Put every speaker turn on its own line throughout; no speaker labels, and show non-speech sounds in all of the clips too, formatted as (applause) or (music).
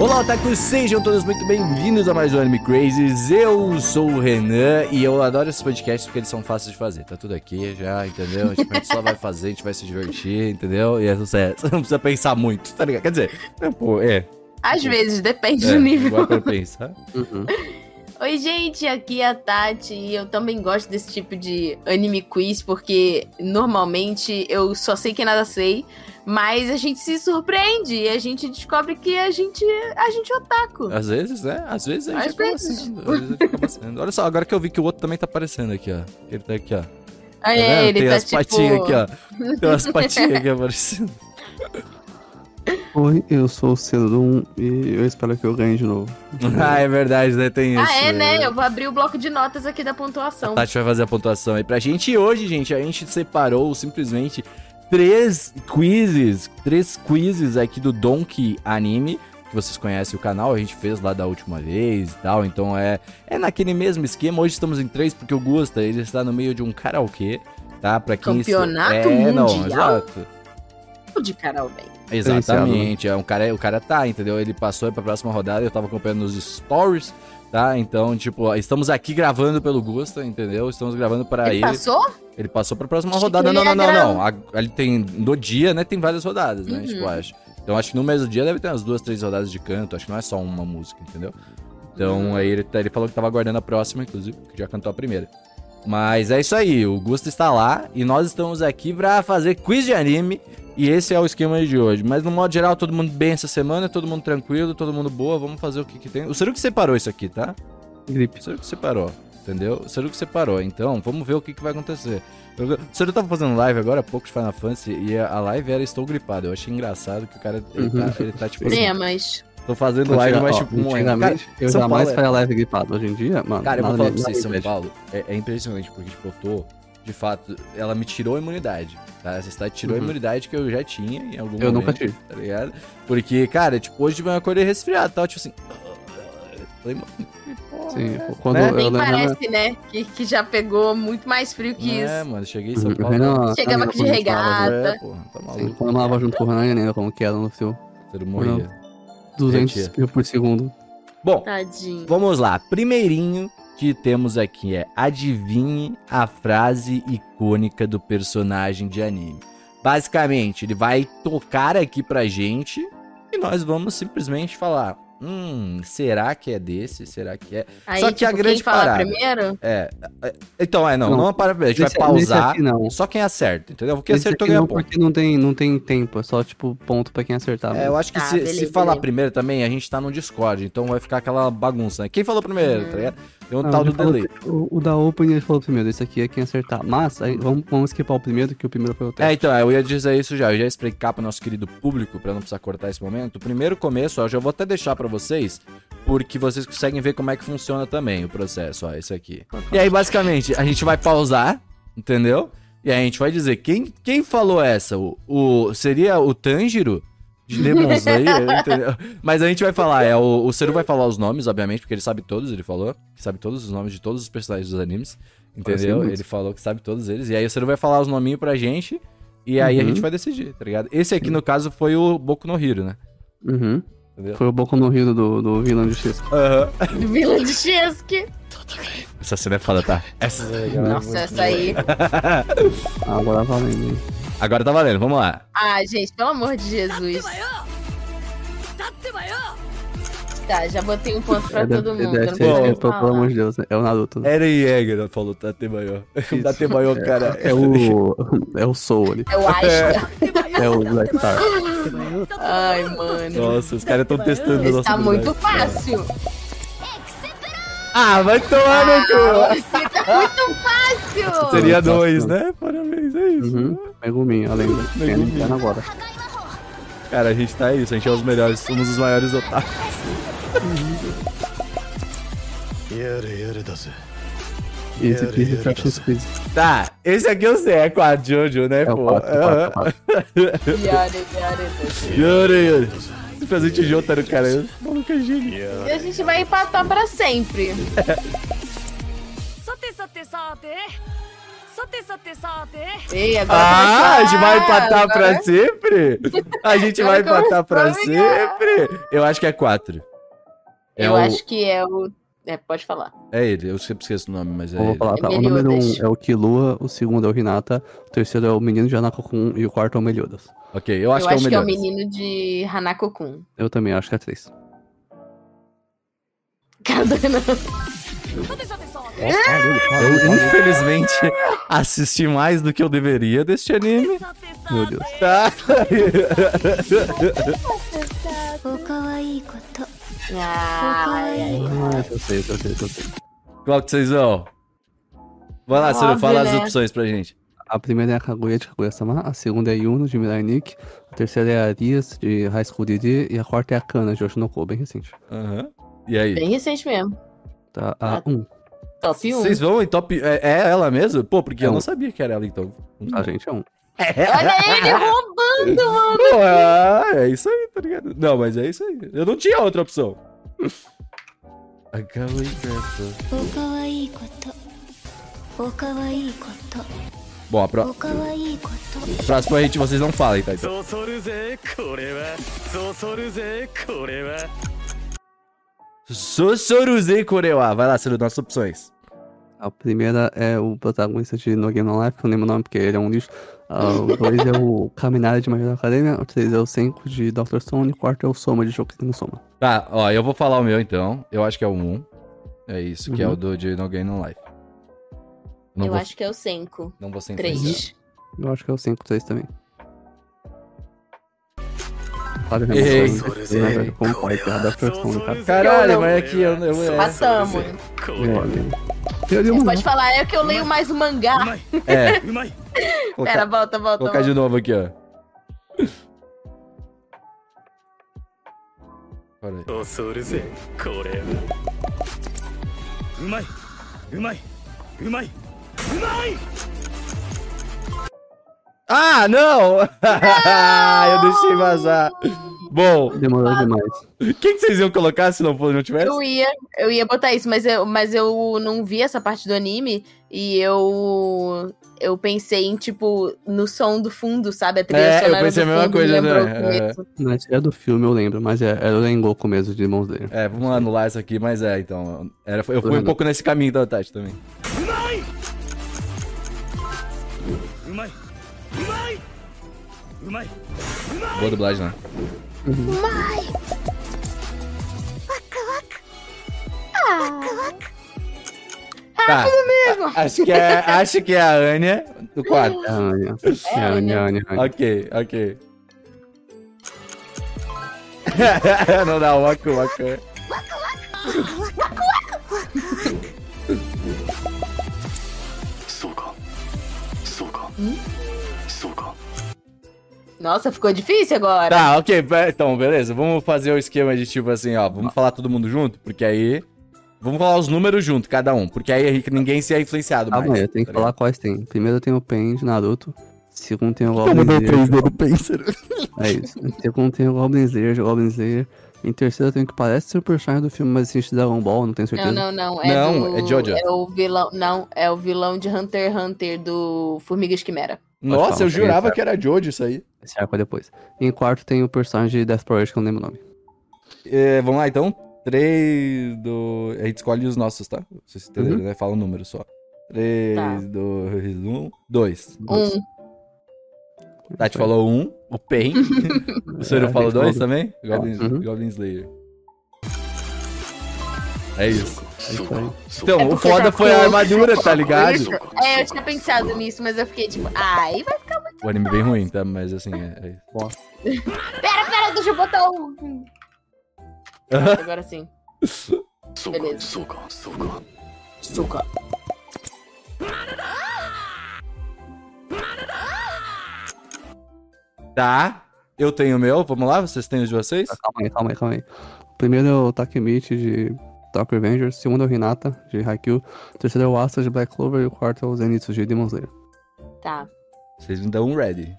Olá, otakus! Sejam todos muito bem-vindos a mais um Anime Crazes. Eu sou o Renan e eu adoro esses podcasts porque eles são fáceis de fazer. Tá tudo aqui já, entendeu? Tipo, a gente só vai fazer, a gente vai se divertir, entendeu? E é sucesso. Não precisa pensar muito, tá ligado? Quer dizer, é, pô, é.
Às vezes, depende
é
do nível.
Igual pra pensar.
Oi, gente, aqui é a Tati e eu também gosto desse tipo de anime quiz, porque normalmente eu só sei que nada sei, mas a gente se surpreende e a gente descobre que a gente, a gente é otaku.
Às vezes, né? Às vezes a gente
Às
acaba
vezes.
sendo. Às vezes a gente acaba sendo. Olha só, agora que eu vi que o outro também tá aparecendo aqui, ó. Ele tá aqui, ó. Tá
Aí
vendo?
ele
Tem
tá
as
tipo...
patinhas aqui, ó. Tem umas patinhas aqui
(laughs)
aparecendo.
Oi, eu sou o Celum e eu espero que eu ganhe de novo.
ah, é verdade, né? Tem isso. Tá.
Ah, é, né? Eu vou abrir o bloco de notas aqui da pontuação.
Tati vai fazer a pontuação aí pra gente. E hoje, gente, a gente separou simplesmente três quizzes, três quizzes aqui do Donkey Anime, que vocês conhecem o canal, a gente fez lá da última vez e tal, então é, é naquele mesmo esquema. Hoje estamos em três porque o Gusta, ele está no meio de um karaokê, tá? Pra quem...
Campeonato
é, Não,
Mundial?
exato.
de Carol, velho.
Exatamente, é um cara, o cara tá, entendeu? Ele passou pra próxima rodada, eu tava acompanhando nos stories, tá? Então, tipo, ó, estamos aqui gravando pelo Gusta, entendeu? Estamos gravando para
Ele
ele.
passou?
Ele passou pra próxima
Achei que
rodada.
ele
Não, não,
ia
não,
gra-
não. A- Ali tem. No dia, né? Tem várias rodadas, né?
Uhum.
Tipo, acho. Então acho que no mesmo dia deve ter umas duas, três rodadas de canto. Acho que não é só uma música, entendeu? Então
Uhum.
aí ele, tá- ele falou que tava aguardando a próxima, inclusive, que já cantou a primeira. Mas é isso aí, o Gusto está lá e nós estamos aqui pra fazer quiz de anime. E esse é o esquema de hoje. Mas no modo geral, todo mundo bem essa semana, todo mundo tranquilo, todo mundo boa, vamos fazer o que, que tem. O Seru que separou isso aqui, tá?
Gripe.
O Seru que separou, entendeu? O Seru que separou, então vamos ver o que, que vai acontecer. Eu- O Seru tava fazendo live agora há pouco de Final Fantasy e a a live era Estou Gripado. Eu achei engraçado que o cara, ele tá,
Uhum.
ele tá, tipo assim,
É, mas...
tô fazendo live, mas tipo, moendo. Cara,
antigamente, eu
São
jamais
Paulo é-
faria live gripado. Hoje em dia, mano.
Cara, eu vou
nada
falar
me-
pra vocês,
nada
São
me
Paulo é, é impressionante, porque, tipo, eu tô, de fato, ela me tirou a imunidade, tá? Essa cidade tirou a
Uhum.
imunidade que eu já tinha em algum
impede.
momento,
Eu nunca tive.
tá ligado? Porque, cara, tipo, hoje de manhã eu acordei resfriado, tava, tipo assim... (sniffs) Falei, mano, que porra
Sim,
é
quando
né?
eu
Nem
lembro.
parece, né? Que, que já pegou muito mais frio que isso.
É, mano, cheguei em São
Uhum,
Paulo...
eu
tava-
lembro-
Chegava
eu
de
lembro quando eu morava-
regata.
É, porra, tá
Sim,
maluco,
Quando eu morava junto com o Renan, eu lembro como que era no seu
tudo morria.
200
Mentira.
mil por segundo.
Bom,
Tá. Tadinho.
vamos lá. Primeirinho que temos aqui é adivinhe a frase icônica do personagem de anime. Basicamente, ele vai tocar aqui pra gente e nós vamos simplesmente falar: "Hum, será que é desse? Será que é?"
Aí, tipo,
Só que a grande
quem falar
parada-
primeiro? (laughs)
É. é, Então, é não,
Não,
não, é para, a gente vai
Nesse- nesse
pausar.
aqui não.
Só quem acerta, entendeu? Porque
Nesse
acertou
aqui
ganha
não,
ponto.
porque não tem, não tem tempo. É só, tipo, ponto pra quem acertar.
É, eu acho que
Tá,
se, se
beleza,
falar
beleza.
primeiro também, a gente tá no Discord, então vai ficar aquela bagunça, né? Quem falou primeiro,
Uhum.
tá ligado? Tem um
É. Não,
tal
ele
do
falou
delay.
que- O, o da Open ele falou primeiro, esse aqui é quem acertar. Mas aí, vamos, vamos skipar o primeiro, que o primeiro foi o
É,
teste.
então, eu ia dizer isso já, eu já ia explicar pro nosso querido público, pra não precisar cortar esse momento. O primeiro começo, ó, eu já vou até deixar pra vocês, porque vocês conseguem ver como é que funciona também o processo, ó, esse aqui. E aí, basicamente, a gente vai pausar, entendeu? E aí a gente vai dizer, quem, quem falou essa? O, o- seria o Tanjiro? De Demon
(laughs)
Slayer, entendeu? Mas a gente vai falar, é, o, o Seru vai falar os nomes, obviamente, porque ele sabe todos, ele falou, que sabe todos os nomes de todos os personagens dos animes, entendeu?
muito.
Ele falou que sabe todos eles, e aí o Seru vai falar os nominhos pra gente, e aí a
Uhum.
gente vai decidir, tá ligado? Esse aqui, no caso, foi o Boku no Hiro, né?
Uhum.
Entendeu?
Foi o Boku no Rio do, do vilão de X.
Aham.
Vila de Chesky.
Essa cena é foda, tá? Essa cena é legal.
Nossa, essa aí.
(laughs)
Ah, agora valendo. hein?
Agora tá valendo, vamos lá.
Ah, gente, pelo amor de Jesus. Tá, já botei um ponto pra
É, deve-
todo mundo.
Deve
não
ser
precisa
Bom.
nem
escrito, pelo
falar.
amor de Deus, né? É o Naruto. né?
Eren Yeager falou "Tá, (laughs) Tatebayo.
Isso.
Tatebayo, (laughs) cara.
É o. (laughs) É o
(laughs)
Soul ali.
Eu acho.
É o Black Star.
Ai, mano.
Nossa, os caras estão testando a
Isso
nossa
tá
habilidade.
muito fácil.
Ah, vai tomar no
Ah,
cu.
Isso tá muito fácil.
Seria dois, né? Parabéns, é isso.
Uhum. Megumin, a lenda.
Megumin.
Pena agora.
Cara, a gente tá isso, a gente é os melhores, somos os maiores otakus.
やれやれだぜ
E esse aqui reflete os quiz.
Tá, esse aqui eu sei, é com a Jojo, né,
É o
pô?
4, 4, 4.
Yare, yare.
Yuri, Yuri. Esse presente de Jotaro, cara. O maluco é gênio.
や
E a gente vai empatar pra sempre.
さてさてさてささてさてさて
Ei, agora
Ah, a gente vai
começou.
empatar
né? Agora-
pra sempre? A gente vai
Agora
empatar pra
começou a brigar.
sempre? Eu acho que é quatro. É,
Eu
o-
acho que é o. É, pode falar.
é ele, eu sempre esqueço o nome, mas é
Eu vou
ele.
falar, tá? O
Meliodas.
número um é o Kilua, o segundo é o Hinata, o terceiro é o menino de Anakokun e o quarto é o Meliodas.
Ok, eu acho
eu
que é o
acho que é
melhor.
o menino de Hanako-kun. (laughs)
Eu também acho que é três.
Cara do Renan.
さてさてさ
É,
て
Eu, infelizmente, (laughs) assisti mais do que eu deveria deste anime.
さてさ
Meu Deus.
Tá? (laughs)
おかわいいこと
Ah,
Ah, eu sei, eu sei, eu sei.
Qual que vocês vão? Vai lá, Ciro,
Óbvio,
fala as
né?
opções pra gente.
A primeira é a Kaguya de Kaguya-sama, a segunda é Yuno de Mirai Nikki, a terceira é a Arias de High School DD e a quarta é a Kana de Oshinoko, bem recente.
Aham. E aí?
bem recente mesmo.
Tá, a
Ah,
1, um,
Top 1.
Vocês vão em top. É, é ela mesmo? Pô, porque eu
É
não
um.
sabia que era ela então.
a gente é um.
Olha
(laughs)
ele roubando, mano.
Ah, é isso aí, tá ligado? Não, mas é isso aí. Eu não tinha outra (laughs) opção. A Galley Grandpa.
おかわいいことおかわいいこ
Bom, a
とお
pró
かわいいこと
próxima a gente vocês não falem, tá? Então.
そそるぜこれはそそるぜこれは
Sosoruzei Korewa. Vai lá, Ciro, nossas opções.
A primeira é o protagonista de No Game No Life, que eu não lembro o nome porque ele é um lixo. Ah, o dois é o Caminhada de Magia Academia, o três é o Senko de Dr. Stone e o quarto é o Soma de Shokugeki no Soma.
Tá, ó, eu vou falar o meu então. Eu acho que é o 1. É isso, que é
Uhum.
o do de No Game No Life. Não
Eu
vou,
acho que é o Senko.
não vou sentar.
3.
Eu acho que é o Senko 3 também. Claro que
Ei,
é
Soruzen,
muito como pode errar da Stone, cara.
Caralho, mas é que eu- eu- é.
Passamos.
Eu li um,
Pode falar, é que eu leio mais o mangá.
う
É,
まい
colocar,
Pera, volta, volta.
colocar de novo aqui, ó. Pera aí.
そそるぜこれはうまいうまいうまいうまい
Ah, não! (laughs) eu deixei vazar. Bom,
demorou demais.
o que, que vocês iam colocar se não, for- não tivesse?
Eu ia, eu ia botar isso, mas eu, mas eu não vi essa parte do anime e eu eu pensei em tipo no som do fundo, sabe? A trilha
É, eu
sonora
pensei
do
a mesma
fundo
coisa,
lembrou
né?
o começo.
Na história é do filme eu lembro, mas é, era o Rengoku mesmo de Demon Slayer.
É, vamos anular isso aqui, mas é, então. Era, eu fui um
Uhum.
pouco nesse caminho da Tati também.
うまいうまいうまい
Boa dublagem, né? Tá. a- Acho que é, acho que é a Anya do quarto.
É a Anya. É a Anya, Anya, Anya.
Ok, ok. (laughs) Não dá, Waku Waku.
Nossa, ficou difícil agora.
Tá, ok. pe- Então, beleza. Vamos fazer o esquema de tipo assim, ó. Vamos falar todo mundo junto, porque aí. Vamos falar os números junto, cada um. Porque aí ninguém se é influenciado
Calma
mais.
aí, eu tenho que
tá
falar quais tem. Primeiro tem o Pain de Naruto. Segundo tem o
ligado?
Goblin Slayer.
do Penser.
É isso. Segundo tem o Goblin Slayer de Goblin Slayer. Em terceiro tem o que parece ser o personagem do filme, mas existe Dragon Ball, não tenho
Não,
certeza.
não, não.
Não,
do-
é Jojo.
É o vilão, não, é o vilão de Hunter x Hunter do Formigas Quimera.
Nossa, eu
Pode falar,
jurava
cara.
que era Jojo isso aí.
Esse arco é depois. Em quarto tem o personagem de Death Parade, que eu não lembro o nome.
É, vamos lá então. 3 do. A gente escolhe os nossos, tá? Vocês entenderam,
Uhum.
né? Fala o número só. 3,
Tá.
2, 1, 2.
Um.
Tati falou 1, um, o Pain. (laughs) o Ciro
É,
falou
tem
2
que
também? Goblin,
Uhum.
Goblin Slayer. É isso.
É
Então, o
porque
foda
já
foi a
foi.
armadura,
(laughs)
tá ligado?
É, eu tinha pensado nisso, mas eu fiquei tipo, ai, vai.
O anime bem ruim, tá? Mas assim, é. é.
Pera, pera, deixa eu botar
(laughs)
o.
é
Agora sim. Beleza. Suca.
(laughs) Tá. Eu tenho o meu, vamos lá? Vocês têm os de vocês?
Ah, Calma aí, calma aí, calma aí. O primeiro é o Takemichi de Dark Revengers. O segundo é o Hinata de Haikyuu. O terceiro é o Asta de Black Clover. E o quarto é o Zenitsu de Demon Slayer.
Tá.
Vocês me dão um ready.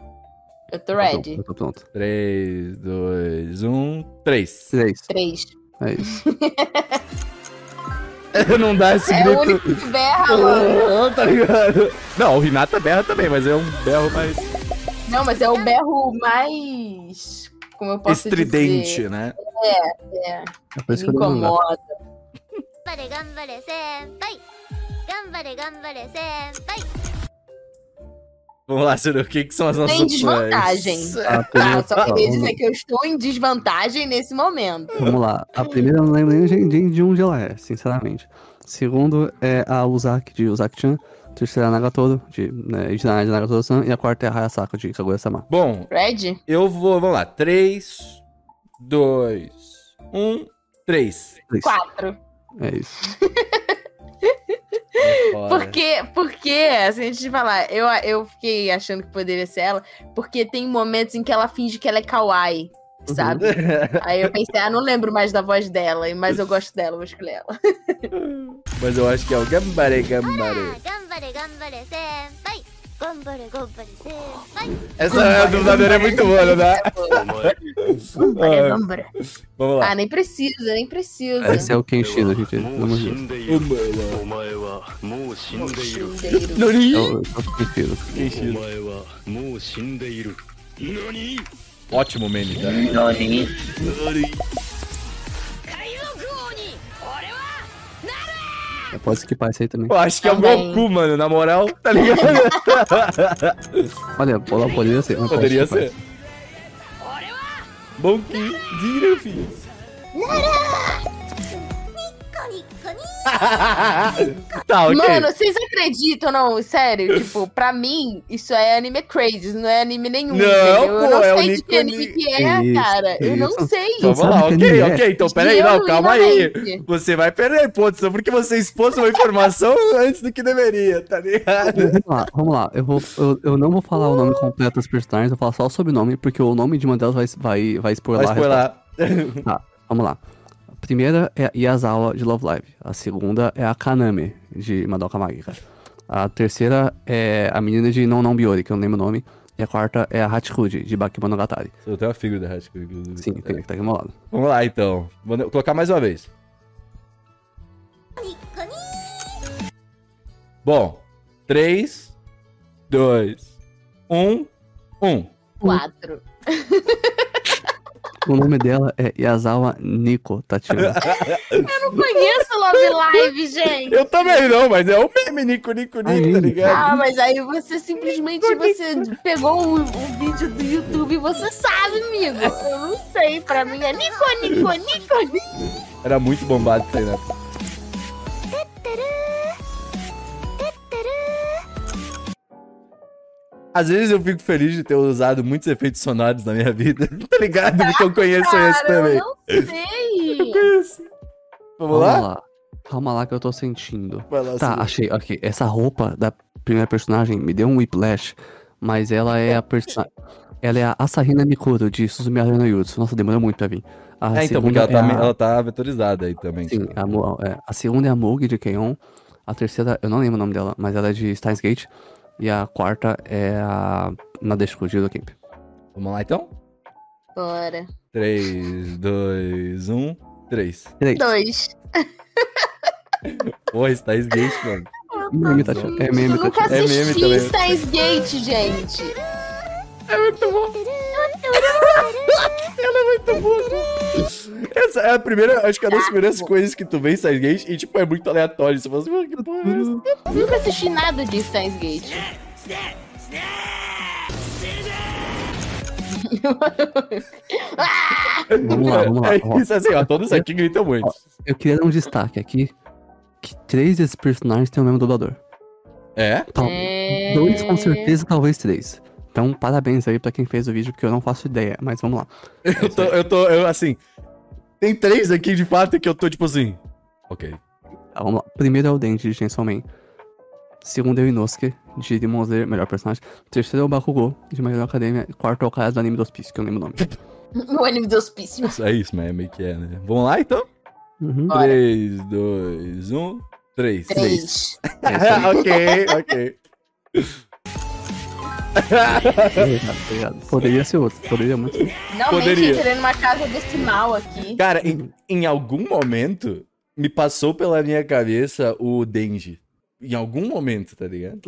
Eu tô
Tá Pronto,
Tá
ready.
Eu tô pronto.
3, 2, 1, 3. (laughs)
Três.
Três.
É isso.
não dá esse
É o
grito.
único que
(laughs)
berra, mano.
tá ligado? Não, o Renata berra também, mas é um berro mais
Não, mas é o berro mais. Como eu posso
estridente,
dizer?
né?
É por isso que
Me
eu não mangá.
incomoda.
張れ頑張れ先輩頑張れ頑張れ先輩
Vamos lá, Ciro, o que, que são as nossas
Tem
opções?
desvantagem. Tá,
A primeira-
eu (laughs) só queria
vamos-
dizer que eu estou em desvantagem nesse momento.
Vamos lá. A primeira eu não lembro nem de, de, de onde ela é, sinceramente. Segundo é a Uzaki de Uzaki-chan. Terceira é a Nagatodo, de né, Ijinai de Nagatodo-san. E a quarta é a Hayasaka de Kaguya-sama.
Bom,
Red?
eu vou, vamos lá. 3, 2, 1, 3.
É isso.
Quatro.
É isso.
Porque, porque, assim, antes de falar, eu, eu fiquei achando que poderia ser ela, porque tem momentos em que ela finge que ela é kawaii, sabe? Aí eu pensei, ah, não lembro mais da voz dela, mas eu gosto dela, vou escolher ela.
(laughs) Mas eu acho que é o Gambare
あ
Gambare.
頑張れ頑張れ先輩頑張れ頑張れ先輩
Essa é a dubladora é muito boa, né? Ah, Vamos lá.
Ah, nem precisa, nem precisa.
Esse é o Kenshiro, gente. Vamos ver.
んでい
Uma, uma.
お前はもう死んでいる
Cheiro.
É
Nori!
o, é o Kenshiro.
お前はもう死んでいる何
um Ótimo, Manny. tá?
海賊王に俺は
Pode skipar esse aí também.
Eu acho que é o
Também.
Goku, mano, na moral, tá ligado?
Olha, bola poderia ser. mas pode
Poderia
skipar.
ser. Bom que dira, filho.
ニッコニッコニ
(laughs) Tá, ok.
Mano, vocês acreditam, não? Sério, tipo, pra mim, isso é anime crazy, isso não é anime nenhum.
Não,
entendeu?
pô,
eu não
é o
sei de que
Nicole-
anime que
Que
é,
isso,
cara.
que
eu
isso.
não sei.
Não
Então vamos lá,
sabe quem
ok,
é.
ok. Então peraí, não, calma aí.
Genuinamente.
Você vai perder pontos, só porque você expôs uma informação antes do que deveria, tá ligado?
Vamos lá, vamos lá. Eu, vou, eu, eu não vou falar o nome completo dos personagens, eu vou falar só o sobrenome, porque o nome de uma delas vai, vai, vai expor
Mas
lá. a
foi lá.
resposta. Tá, vamos lá. A primeira é a Yazawa de Love Live. A segunda é a Kaname, de Madoka Magica. A terceira é a menina de Non Non Biori, que eu não lembro o nome. E a quarta é a Hachikuji, de Bakemonogatari.
Eu tenho uma figura da Hatchcock, inclusive. É.
Sim, tem que tá aqui do meu lado.
Vamos lá, então. Vou ne- colocar mais uma vez.
ーニッコニー
Bom, 3, 2, 1, 1.
Quatro.
O nome dela é Yazawa Niko
(laughs)
Tatiana.
Eu não conheço Love Live, gente.
Eu também não, mas é o meme Nico Nico Nico,
Aí.
tá ligado?
Ah, mas aí você simplesmente você pegou o, o vídeo do YouTube e você sabe, amigo. Eu não sei, pra mim é Nico, Nico, Nico, Nico.
Era muito bombado isso aí, né?
てるーてってる
Às vezes eu fico feliz de ter usado muitos efeitos sonoros na minha vida, (laughs) tá ligado? Porque eu conheço esse
Cara, eu
também.
não sei.
Vamos lá?
Calma lá que eu tô sentindo.
Vai lá,
Tá,
Ciro.
achei. Ok, essa roupa da primeira personagem me deu um whiplash, mas ela é a personagem. Ela é a Asahina Mikuro de Suzumiya no Yutsu. Nossa, demorou muito pra vir. A
É, então, porque
segunda
ela tá,
é a-
ela tá vetorizada aí também.
Sim, a, Mo- é, a segunda é a Mugi de Keion. A terceira, eu não lembro o nome dela, mas ela é de Steins Gate. E a quarta é a Nadeshiko de Camp.
Vamos lá, então?
Bora.
3, 2, 1, 3.
é
Dois.
Porra, esse Thaís Gate, mano.
Meme, Tati. É meme,
eu nunca
Tati.
É meme
assisti
também.
Steins Gate, gente.
é Essa é a primeira, acho que é uma das primeiras coisas que tu vê em Thaís Gate e, tipo, é muito aleatório. Você fala assim, mano, que porra é essa?
Nunca assisti nada de Steins Gate. (laughs)
Vamos lá, vamos lá.
É
Ó,
isso assim, ó. Todos aqui gritam muito.
Eu queria dar um destaque aqui. Que três desses personagens têm o mesmo dublador.
É?
Tal-
É.
Dois, com certeza, talvez três. Então, parabéns aí pra quem fez o vídeo, porque eu não faço ideia, mas vamos lá.
Eu tô, eu tô, eu, assim. Tem três aqui de fato que eu tô, tipo assim. Ok.
Tá, vamos lá. Primeiro é o Dente de Chainsaw Man. Segundo é o Inosuke, de Demon Slayer, melhor personagem. Terceiro é o Bakugou, de My Hero Academia. E Quarto é o cara do anime do hospício, que eu não lembro o nome.
O anime do hospício.
Isso é isso, mas é meio que é, né? Vamos lá, então? um,
Uhum.
Bora.
3, 2, 1, 3.
Três.
(laughs)
É isso aí.
ok, ok.
Obrigado, obrigado. Poderia ser outro, poderia muito. ser.
Não, nem
Poderia.
querendo uma casa decimal aqui.
Cara, em, em algum momento, me passou pela minha cabeça o Denji. Em algum momento, tá ligado?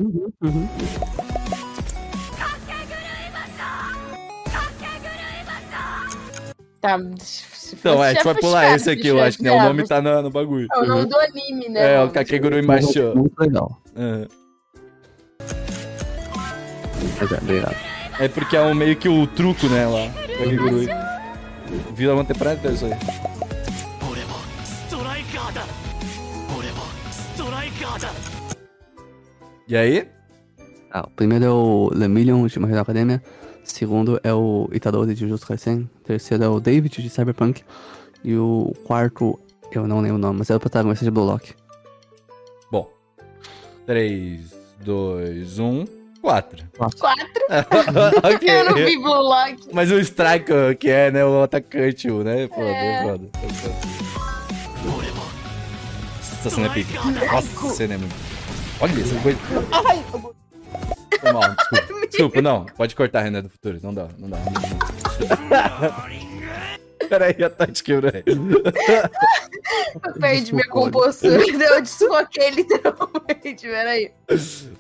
Tá. se
Então,
fosse,
é, a gente
já
vai
foi
pular
chato,
esse aqui,
já-
eu acho, né? O
já,
nome tá no, no bagulho.
É o nome do anime, né?
É, o
mano?
Kakegurui É. Macho.
Muito legal.
Aham.
Mas é, obrigado.
É porque é um, meio que o truco, né, lá.
É
Kakegurui. Vila Monteprata, é isso aí.
俺もストライカーだ俺もストライカーだ
E aí?
Ah, o primeiro é o Lemillion de My Hero Academia. O segundo é o Itadori de Jujutsu Kaisen. O terceiro é o David de Cyberpunk. E o quarto, eu não lembro o nome, mas é o protagonista de Blue Lock.
Bom. 3, 2, 1,
(laughs)
4. (laughs)
Quatro. um. Eu não
ok.
vi Blue Lock.
Mas o Striker, que é, né, o atacante, o, né? Pô,
É.
é. foda. Foi foda. Essa cena é pica. Nossa, essa cena é muito. Olha essa coisa. Foi mal,
(laughs)
desculpa. Desculpa, não. Pode cortar, Renan do Futuro. Não dá, não dá. (laughs) Peraí, tá a Tati quebrou aí.
Eu perdi minha
né?
Desculpa,
compostura.
(laughs)
Eu desfoquei literalmente. Peraí.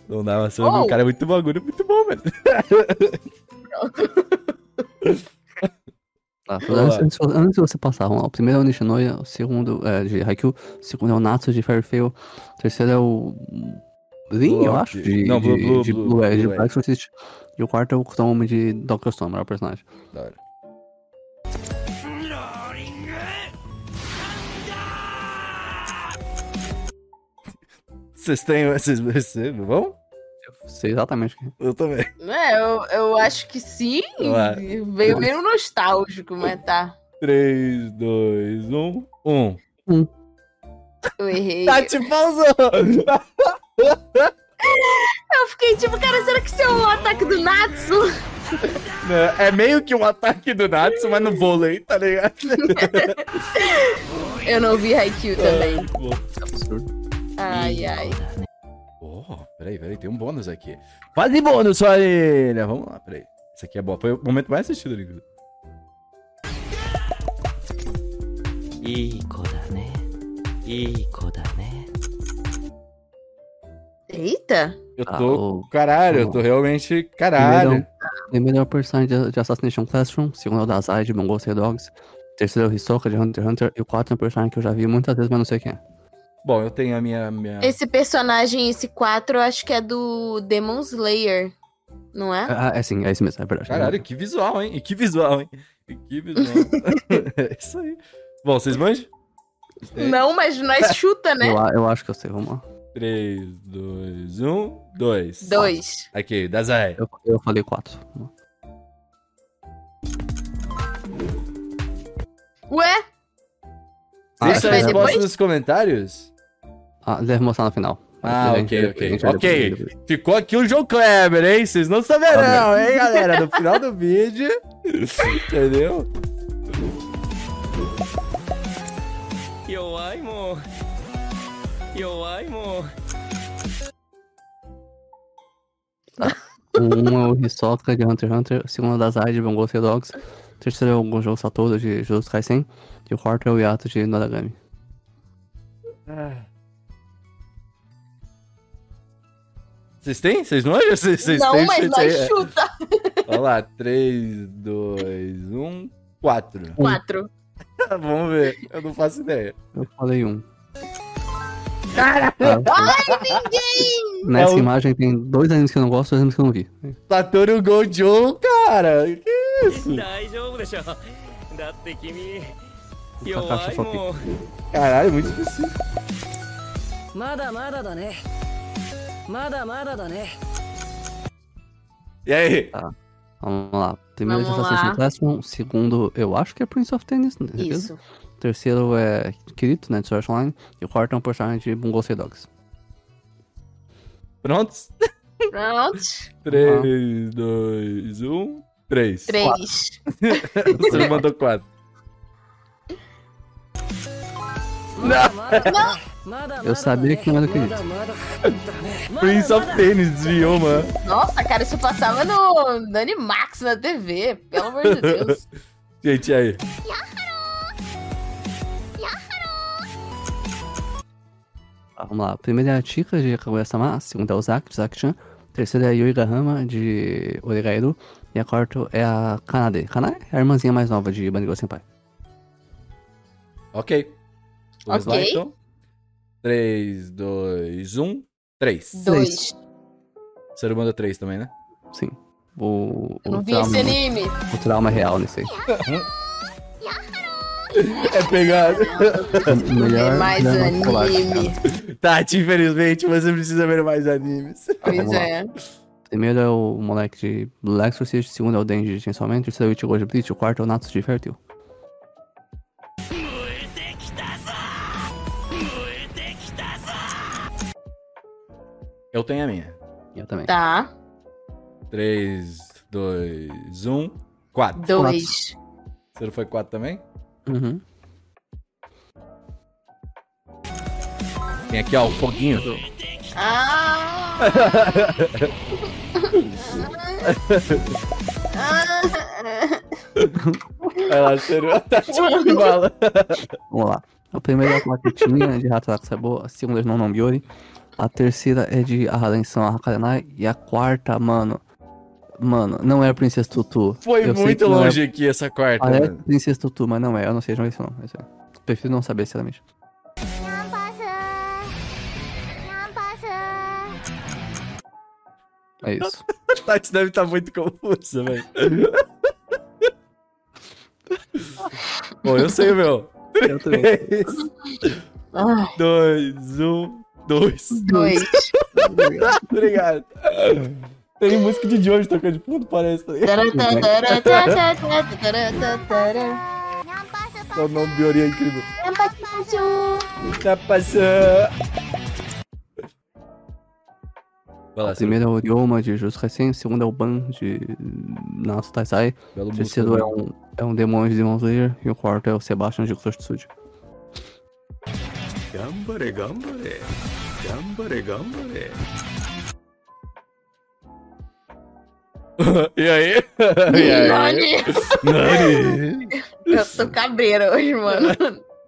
Não dá, mas o
Oh.
cara é muito bagulho, muito bom, velho.
Tá,
Vamos
antes,
lá.
antes- antes de você passar, vamos lá. O primeiro é o Nishinoya, o segundo é de Haikyuu, o segundo é o Natsu de Fairy Tail, o terceiro é o Lin, eu
Lock.
acho, de,
Não,
de,
Blue- Blue-
de
Blue-
Blue- é, de
Blue-
Black Exorcist. E o quarto é o Chrome de Doctor Stone, melhor personagem.
Da hora. Vocês têm. Vocês, vocês vão?
Eu sei exatamente o que
Eu também.
É, eu, eu acho que sim.
Ué.
Veio meio nostálgico, mas tá.
3, 2, 1. 1.
Eu errei.
Tati
Tá
pausou!
Eu fiquei tipo, cara, será que isso é o ataque do Natsu?
Né? É meio que um ataque do Natsu, mas no vôlei, tá ligado?
Eu não vi Haikyuu também.
Ah,
é absurdo.
Ai, ai.
Oh, peraí, peraí, tem um bônus aqui. Faz bônus, família! Vamos lá, peraí. Isso aqui é bom. Foi o momento mais assistido, Ligo.
いい子だねいい子だね
Eita!
Eu
Ah,
tô.
o-
Caralho, eu tô realmente. Caralho.
Primeiro, é o- primeiro é o personagem de, de Assassination Classroom, o segundo é o Dazai de Mongol Stray Dogs, o terceiro é o Hisoka de Hunter x Hunter, e o quarto é um personagem que eu já vi muitas vezes, mas não sei quem é.
Bom, eu tenho a minha. minha...
É. Esse personagem, esse 4, eu acho que é do Demon Slayer, não é?
Ah, é sim, é esse mesmo, é verdade.
Caralho, que visual, hein? E que visual, hein? E que visual.
(laughs)
é isso aí. Bom, vocês manjam? É.
Não, mas nós chuta, né?
eu, a- eu acho que eu sei, vamos lá.
3, 2, 1, 2.
Dois.
um, Aqui, Dazai.
Eu, eu falei quatro.
Ué?
Ah,
Deixa a
vai
resposta
depois?
nos comentários.
Ah, deve mostrar no final.
Ah,
A
ok,
a
ok.
gente vai
Ok.
depois.
Ficou aqui o João Kleber, hein? Vocês não saberão, hein, galera? No final do (laughs) vídeo. Entendeu?
弱いもん弱いもん
Um é o Hisoka de Hunter x Hunter, o segundo é o Dazai de Bungo Dogs, o terceiro é o Gonjou Satoru de Jujutsu Kaisen, e o quarto é o Yato de Noragami.
Vocês têm? Vocês não acham? Vocês, vocês
não,
têm? é.
mas
Vocês
nós
têm?
chuta.
Olha lá, um, 3, 2, 1, 4.
4.
(laughs) Vamos ver. Eu não faço ideia.
Eu falei um. Ah,
Cara,
Ai, ninguém! um. Nessa
É o-
imagem tem dois animes que eu não gosto e dois animes que eu não vi.
Satoru Gojo, um, cara. Que isso?
大丈夫でしょだって君
Essa
弱
caixa
い
só
も
tem.
ん
Caralho, é muito difícil.
まだまだだねまだまだだね
E aí?
Vamos lá. Primeiro é
Vamos
Assassination
lá.
Classroom, o segundo eu acho que é Prince of Tennis, não tenho certeza.
Isso.
O terceiro é Kirito, né, de Sword Art Online, e o quarto é um personagem de Bungo Dogs.
Prontos?
Pronto.
3, 2, 1, 3.
3.
um. Você me mandou 4.
まだまだ
Eu sabia que não era o Kirito.
まだ
Prince of Tennis desviou, mano.
Nossa, cara, isso passava no, no Animax na TV. Pelo amor de
(laughs)
Deus.
Gente, e aí?
Tá, vamos lá. A primeira é a Chika de Kaguya-sama, a segunda é o Zaki de Zaki-chan, a terceira é a Yui Gahama de Origairu e a quarta é a Kanade. Kanade é a irmãzinha mais nova de Banigo Senpai.
Ok. Vamos lá,
Ok.
então. um. 3, 2, 1, 3.
Dois.
Ser humano 3 também, né?
Sim. O,
Eu
o,
não vi
trauma,
esse anime.
o trauma é real nesse aí.
É pegado. (laughs)
O
Ver
(laughs) melhor
mais
drama escolar que tem.
anime.
Tati, infelizmente, você precisa ver mais animes.
Pois
vamos lá.
é.
Primeiro é o moleque de Blue Exorcist, o segundo é o Denji de Chainsaw Man, o terceiro é o Ichigo de Bleach, o quarto é o Natsu de Fairy Tail.
Eu tenho a minha.
E eu também.
Tá.
3, 2, 1, 4. um,
Dois.
Você não foi 4 também?
Uhum.
Tem aqui, ó, o foguinho.
Ah! Ah!
Vai lá, sério. Tati, de bala.
Vamos lá. A primeira é a Maketinha de Hataraku Saibo, a segunda é de Nonon Biori, a terceira é de Arranção Hakarenai e a quarta, mano. Mano, não é a Princesa Tutu.
Foi
Eu sei
muito
que não é-
longe aqui essa quarta.
Parece
mano. (laughs)
Princesa Tutu, mas não é. Eu não sei, não é isso não. É isso aí. Prefiro não saber, sinceramente.
ナンパすナンパす
É isso.
Tati deve estar muito confusa, (laughs) velho. Bom, eu sei, meu.
eu também.
3,
Ah,
2, 1, 2.
Dois.
(laughs)
Obrigado. Tem música de Jojo tocando de fundo, parece. Tá ligado?
Taratataratataratataratara.
ナンパすパ
o nome de Ori é incrível.
ナンパすパション
Tá passando. Vai lá,
A primeira é o Ryoma de Jutsu Kaisen, a segunda é o Ban de Natsu Taisai,
belo
O
músico.
terceiro é um, é um demônio de Demon Slayer e o quarto é o Sebastian de Kutoshitsuji.
頑張れ頑張れ頑張れ頑張れ
E aí? E aí?
Nani.
Nani?
Eu tô cabreira hoje, mano.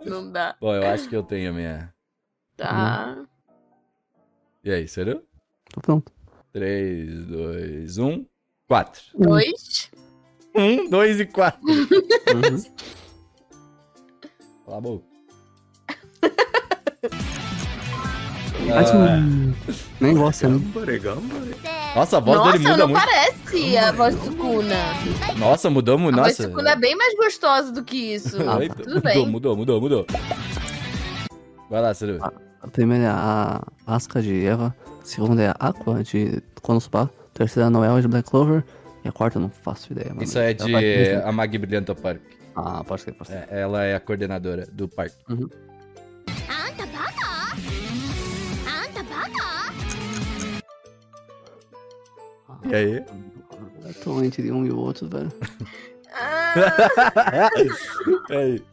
Não dá.
Bom, eu acho que eu tenho a minha.
Tá.
E aí, sério? um,
Tô pronto.
3, 2, 1, 4.
Dois.
1, 2 Um, e 4.
Uhum.
Cala a boca.
Mas hum, nem gosto, né?
頑張れ頑張れ
Nossa, a voz
Nossa,
dele muda
não
muito.
parece a voz do Kuna.
Nossa, mudou muito.
A voz
Nossa.
do Kuna é bem mais gostosa do que isso.
Ah,
Eita,
tudo bem.
Mudou, mudou, mudou, mudou. Vai lá, Seru.
A primeira é a Asuka de Eva, a segunda é a Aqua de Konosuba, a terceira é a Noel de Black Clover e a quarta eu não faço ideia, mano.
Isso é
Ela vai
de
crescer.
a Mag Brilhanta Park.
Ah, pode ser, pode ser.
É, ela é a coordenadora do parque.
あんたバカあんたバカ
E aí?
Eu tô entre um e o outro, velho.
Ah,
e
Tá.
aí?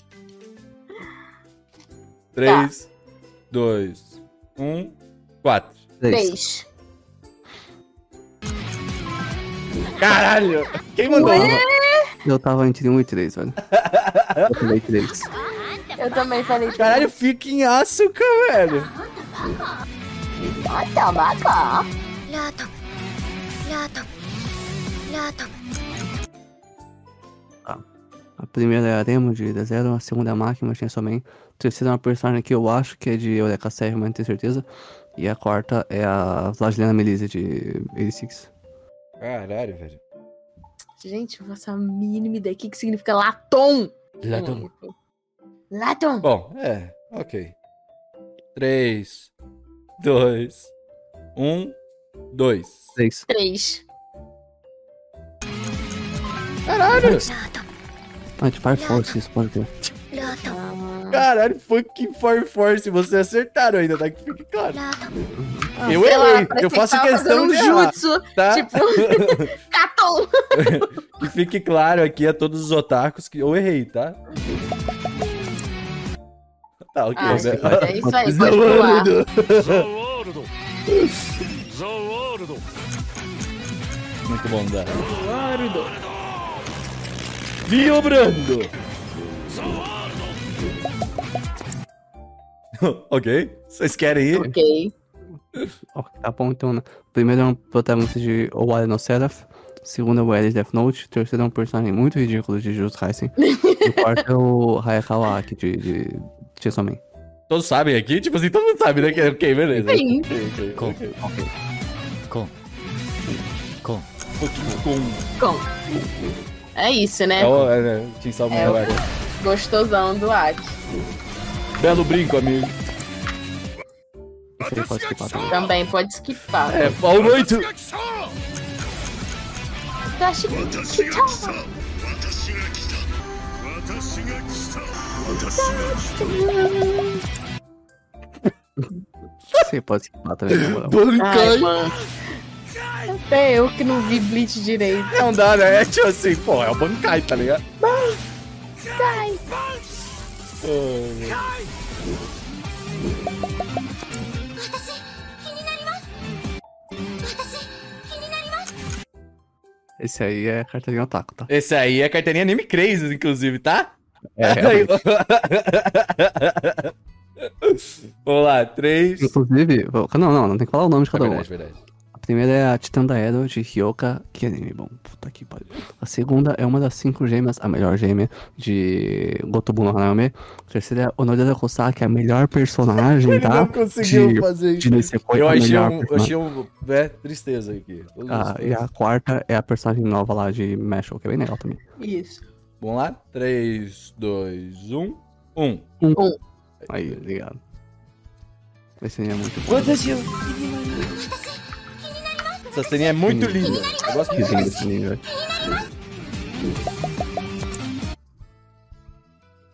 3, 2, 1, 4.
Três.
três.
Caralho! Quem mandou?
Eu tava entre um e três, velho. Eu falei três.
Eu também falei.
Caralho, fica em açúcar, velho.
Olha, vaca.
ラートラートラート
A primeira é a Aremo de D0, a segunda é a Máquina de Man, a terceira é uma personagem que eu acho que é de Eureka Serra, mas não tenho certeza. E a quarta é a Vladilena Melise de 86.
Caralho, velho.
Gente, eu faço a mínima ideia. O que, que significa latom? Latom. Latom.
Bom, é, ok. 3, 2, 1, 2.
Três.
Três.
Caralho!
3. Ah, de Fire Force, isso pode ter.
ラート
Caralho, fucking Fire Force, vocês acertaram ainda, tá? Que fique claro.
ラート
Eu
Ah, Sei lá,
errei,
parece
eu
que
faço
tava
questão
fazendo
de
um
errar,
jutsu,
tá?
tipo,
(laughs)
catom.
Que fique claro aqui a todos os otakus que eu errei, tá? Tá, ok.
Ah,
né?
gente, é isso aí, pode pular.
Zoando.
ザワールドザワールド
Muito bom, Zé. Viobrando! (laughs) ok? Vocês querem ir?
Ok.
Ó, Tá bom, então, né? Primeiro é um protagonista de Owari no Seraph. Segundo é o Eris Death Note. Terceiro é um personagem muito ridículo de Jujutsu Kaisen. e o quarto é o Hayakawa Aki de, de Chainsaw Man.
Todos sabem aqui? Tipo assim, todo mundo sabe, né? Que- Ok, beleza.
Sim.
Ok, ok,
Com.
ok.
Com. Com.
Com. É isso, né?
É o é, é, Chainsaw Man,
É o-
vai.
Gostosão do Aki.
Belo brinco, amigo.
Isso aí pode ser quatro. né?
Também pode esquipar.
É, boa noite.
Eu acho que
私が来た私が来た私が来た私が来た
Isso aí pode ser quatro, né? na moral.
Ai, mano. Até eu que não vi Bleach direito.
Não dá, né? É tipo assim, pô, é o Bankai, tá ligado? Bankai!
Esse aí é carteirinha otaku, tá?
Esse aí é carteirinha anime crazy, inclusive, tá?
É, realmente.
(laughs) Vamos lá, três.
Inclusive, vou- não, não, não tem que falar o nome de
É
cada um. uma.
verdade, verdade.
A primeira é a Titã da Ero de Hyoka Kienime. Bom, puta que pariu. A segunda é uma das cinco gêmeas, a melhor gêmea de Gotobu no Hanayome. A terceira é a Onorida Kosaki, a melhor (laughs) personagem,
Ele
tá?
não conseguiu
de,
fazer
de
isso.
Nisekoi,
Eu
a
achei
melhor
um, eu
personagem.
achei um, né, tristeza aqui. Todos
Ah,
os-
e a quarta é a personagem nova lá de Meshul, que é bem legal também.
Isso.
Vamos lá? um. 3, 2, 1. 1.
Aí, ligado. Esse aí é muito bom.
Essa ceninha é muito linda. Eu gosto
Hum. Que
muito
lindo
disso.
esse nível.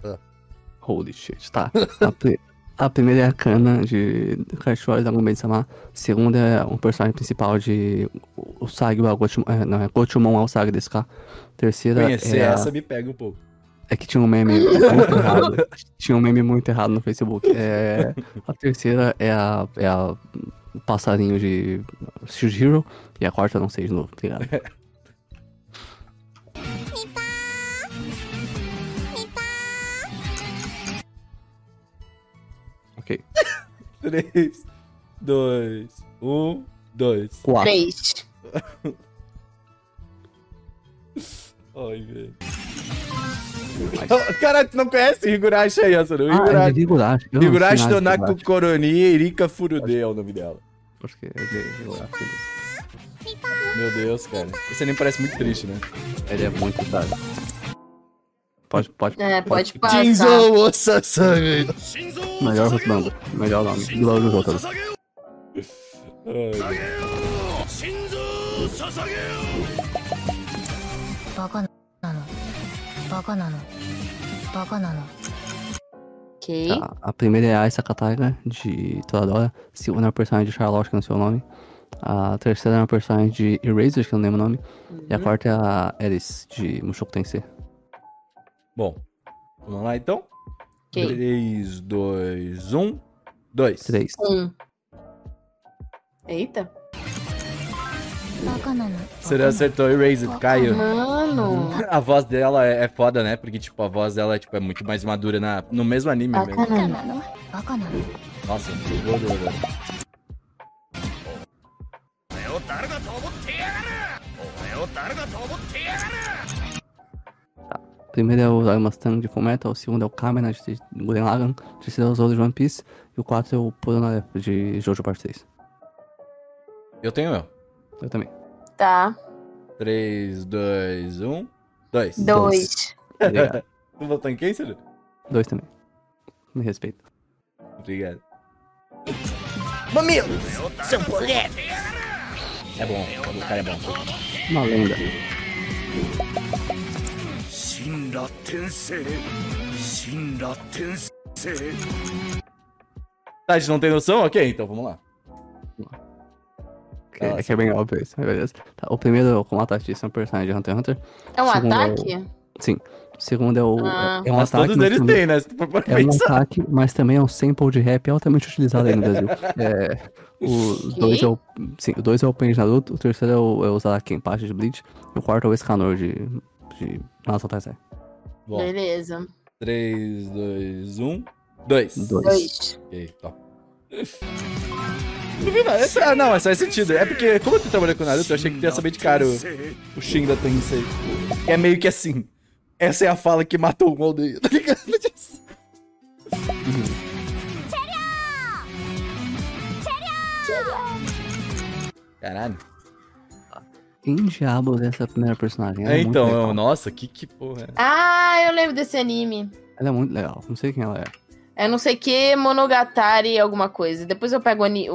Ah.
Holy shit, tá. A, pri- a primeira é a Kana de Cachorro da Gomes Sama. Segunda é um personagem principal de o Sag, não é Gochumon ao Sag desse cara. Terceira
Conhecer
é, a-
essa me pega um pouco.
é que tinha um meme muito errado. Tinha um meme muito errado no Facebook. É, a terceira é a, é a passarinho de Shujiro. E a quarta eu não sei de novo, tá ligado? Ok.
3, 2, 1, 2.
Quatro.
Três.
Ai, velho. (laughs) Caralho, tu não conhece Higurashi aí, Asano?
Ah, é
Higurashi.
de Higurashi. Eu não sei
Higurashi
nada de
Donaku
Higurashi.
Koroni Erika Furude é o nome dela.
Acho que é de Higurashi.
Meu Deus, cara. Esse anime parece muito triste, né?
Ele é muito tarde. Pode, pode.
É, pode passar.
Jinzo Osasane.
心臓
Melhor
を捧げよ
Husbando. Melhor nome.
心臓
Igual os
を
outros.
捧げよ
Ai,
心臓を捧げよ
バカなのバカなのバカなの
Ok.
Tá, a primeira é a Aisa Kataiga, de Toradora. A segunda é uma personagem de Charlotte, que eu não sei o nome. A terceira é uma personagem de Eraser, que eu não lembro o nome. E a quarta é a Eris, de Mushoku Tensei.
Bom, vamos lá então? um,
Ok.
3, 2, 1, 2.
Três.
Um. Eita.
バカなの
Você não acertou Erased, Caio.
Mano.
(laughs) A voz dela é é foda, né? Porque, tipo, a voz dela é, tipo, é muito mais madura na, no mesmo anime mesmo.
Bacana.
バカなの
Nossa, boa, boa, boa.
お前を誰だと思ってやがるお前を誰だと思ってやがる
A primeira é o Zaymas Tang, de Fullmetal. A segunda é o Kamena, de Gurren Lagann. A terceira é o Zoro, de One Piece. E o quarto é o Purona, de Jojo Part 6.
Eu tenho eu.
Eu também.
Tá.
3, 2, 1, 2. (laughs)
Dois.
Obrigado.
Tu um, votou em quem, Ciro?
Dois também. Me respeito.
Obrigado. É bom, o cara é bom.
Uma lenda.
神羅転生神羅転生
Tá, a gente não tem noção? Ok, então vamos lá.
Que,
Nossa.
que é bem óbvio isso, mas beleza. Tá, o primeiro, como a Tati disse, é um personagem de Hunter x Hunter.
É um
Segundo
ataque?
Sim. O segundo é o.
Ah.
É um
Mas
ataque.
todos
mas
eles
também-
têm, né? Se tu for pra
É um
pensar.
ataque, mas também é um sample de rap altamente utilizado aí no Brasil. (laughs) É, os
Que?
dois é o. Sim, o dois é o Pen de Naruto, o terceiro é o, é o Zarakenpachi de Bleach, e o quarto é o Escanor de. de Naruto Taizai.
Bom,
Beleza.
3, 2, 1, Dois.
Dois.
Dois.
Ok, top. (laughs) É pra- Não, mas faz sentido. É porque, como tu trabalhou com Naruto, eu achei que tu ia saber de cara o, o Shin da Tensei. É meio que assim. Essa é a fala que matou o Moldeio, (laughs) tá ligado? Caralho.
Quem diabos é essa primeira personagem? Ela
É,
muito
então,
legal.
nossa, que, que porra. é?
Ah, eu lembro desse anime.
Ela é muito legal. Não sei quem ela é.
É não sei que Monogatari alguma coisa. Depois eu pego o ani- o,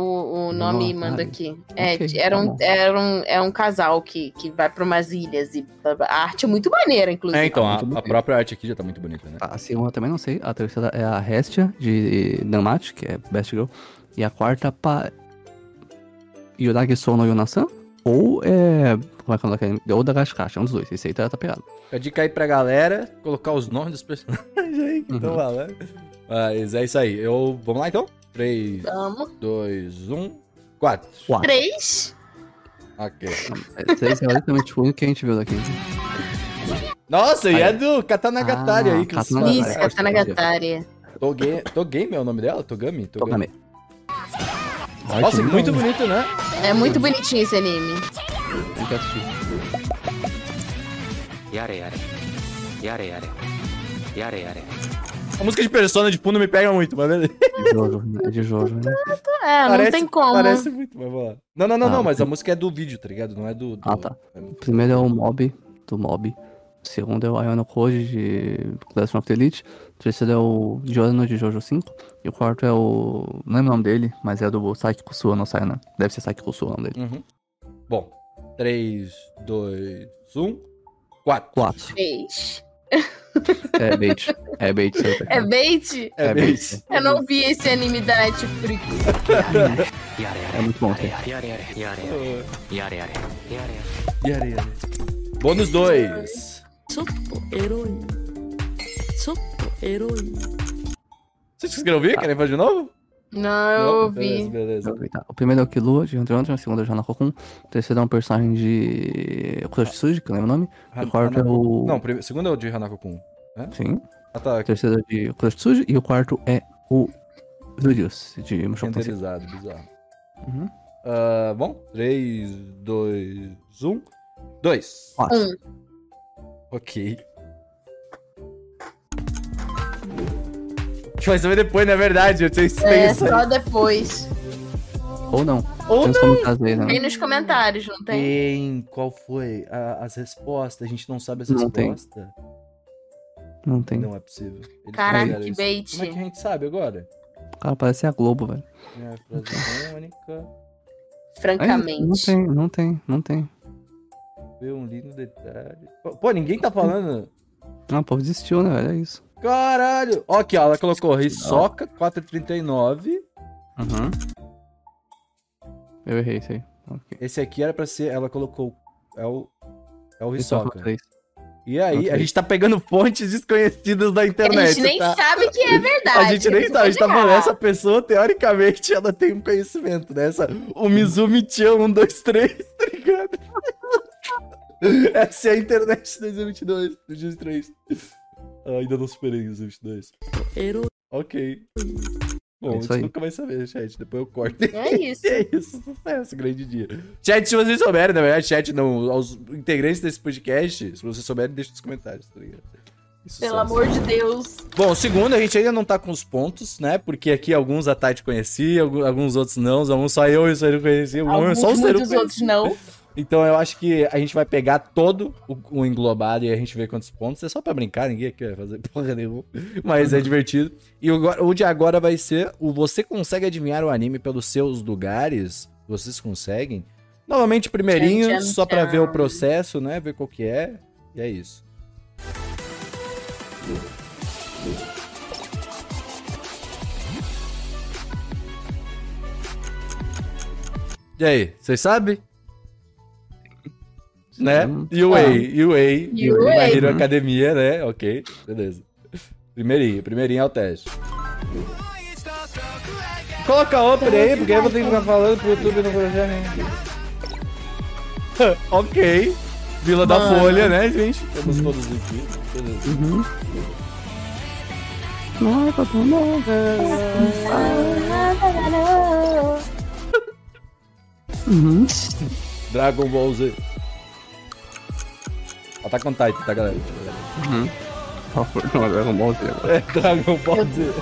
o nome e
Monogatari.
mando aqui. É,
Ok,
era,
tá
um,
bom.
era um, é um casal que, que vai pra umas ilhas e blá, blá. a arte é muito maneira, inclusive.
É, então, a,
muito bonito.
a própria arte aqui já tá muito bonita, né?
A segunda eu também não sei. A terceira é a Hestia, de Danmachi, que é Best Girl. E a quarta pa... Yuragi Sou no Yonasan? Ou é... Como é que é o nome daquele? Ou da Gashkashi, é um dos dois. Esse aí tá, tá pegado.
A dica aí pra galera, colocar os nomes dos personagens aí que estão
Uhum.
falando. Mas é isso aí. Eu, vamos lá então? 3,
Vamos.
2, 1, 4.
Quatro.
Três.
Ok.
Esse é basicamente o único que a gente viu daqui.
Nossa, e é do Katanagatari
Ah,
aí que vocês falaram.
Katanagatari.
Isso,
Caralho, acho que
Katanagatari.
Toge- Togame é o nome dela? Togami?
Togame.
Nossa, muito bonito, né?
É muito bonitinho esse anime.
Tem que assistir.
やれやれやれやれやれやれ
A música de Persona de Puno me pega muito, mas beleza.
De Jojo, né? É de Jojo, né?
É, não tem como.
Parece muito, mas vamos lá. Não, não, não,
Ah,
não, mas a música é do vídeo, tá ligado? Não é do... do-
Ah, tá. O primeiro é o Mob, do Mob. O segundo é o Ayano Koji, de Classroom of the Elite. O terceiro é o Giorno, de Jojo 5. E o quarto é o... Não lembro o nome dele, mas é do Saiki Kusuo no Sayana. Deve ser Saiki Kusuo o nome dele.
Uhum. Bom, um, 3, 2, 1, 4.
Quatro.
Três.
É bait. É bait. seu
É
pecado.
bait?
É,
É
bem
bem
isso.
Eu não vi esse anime da Netflix.
やれや
É muito bom. Tem.
れやれやれやれやれやれやれやれやれ
Yare,
né?
yare. Bônus 2.
ちょっとエロいちょっとエロい
Vocês querem ouvir? Querem fazer de novo?
Não, eu
Não?
ouvi.
Beleza, beleza.
Tá. O primeiro é o Killua, de Hunter x Hunter. O segundo é o Hanako-kun. O terceiro é um personagem de... Kuroshitsuji, que eu lembro o nome.
Han-
o quarto é
Hanako-
o...
Não, prime- segundo é o de Hanako-kun.
Sim.
Ah, tá.
O terceiro é de Kuroshitsuji. E o quarto é o... Julius, de Mushoku Tensei.
Renderizado, bizarro.
Uhum.
Ah, bom, um. 3, 2, 1, 2.
Quatro.
Um.
Ok. A gente vai saber depois, na verdade. Eu tinha
É,
dispensa.
só depois. Um.
Ou não.
Ou
Tem os comentários aí, né?
Tem nos comentários, não tem?
Tem. Qual foi a- as respostas? A gente não sabe as
Não tem.
respostas.
Não tem.
Não é possível. Eles
Caraca,
fizeram
que
isso.
bait.
Como é que a gente sabe agora?
O cara parece a Globo, velho.
Minha frase icônica. é?
Aí, É, Não
Francamente.
tem, não tem, não tem.
Ver um lindo detalhe. Pô, Pô, ninguém tá
(laughs)
falando.
Ah, o povo desistiu, né, velho? É isso.
Caralho! Ó, aqui, ó, ela colocou Hisoka 439.
Uhum. Eu errei isso aí. Ok.
Esse aqui era pra ser. Ela colocou. É o. É o
Isso é
Hisoka.
três.
E aí,
Ok.
a gente tá pegando fontes desconhecidas da internet.
a gente nem
tá?
sabe que é verdade.
A gente nem
Isso
sabe, a gente tá
legal.
falando, essa pessoa, teoricamente, ela tem um conhecimento, né? Essa, o Mizumi Chan 1, 2, 3, tá ligado? (laughs) Essa é a internet de 2022, 2023. Ah, ainda não superei os 2022.
エロい
Ok. Bom,
É
a
isso
gente
aí.
nunca vai saber, chat. Depois eu corto. (laughs)
É isso.
E é isso, sucesso, grande dia. Chat, se vocês souberem, na verdade, chat, não, aos integrantes desse podcast, se vocês souberem, deixa nos comentários, tá ligado? E sucesso.
Pelo amor de Deus.
Bom, o segundo, a gente ainda não tá com os pontos, né? Porque aqui alguns a Tati conhecia, algu- alguns outros não, alguns só eu e o Seru conhecia, alguns,
Alguns,
é só o Seru
muitos
conhecia.
outros não.
Então eu acho que a gente vai pegar todo o, o englobado e a gente vê quantos pontos. É só pra brincar, ninguém aqui vai fazer (laughs) porra nenhuma. Mas é
Uhum.
divertido. E o, agora- o de agora vai ser o você consegue adivinhar o anime pelos seus lugares? Vocês conseguem? Novamente, primeirinho,
Tchan, tchan,
só pra
tchan.
ver o processo, né? Ver qual que é. E é isso. E aí, vocês sabem? né?
Hum.
UA, UA,
UA.
My Hero
Uhum.
Academia, né? Ok, beleza. Primeirinho, primeirinho é o teste. Coloca a ópera aí, porque aí eu vou ter que ficar falando pro YouTube no projeto. (laughs) ok. Vila da Folha, né, gente? Temos todos aqui. Beleza.
Uhum. Nada,
Dragon Ball Z. Attack on Titan, tá, galera?
Por favor, não, Dragon Ball Z
(laughs)
agora.
É Dragon Ball Z.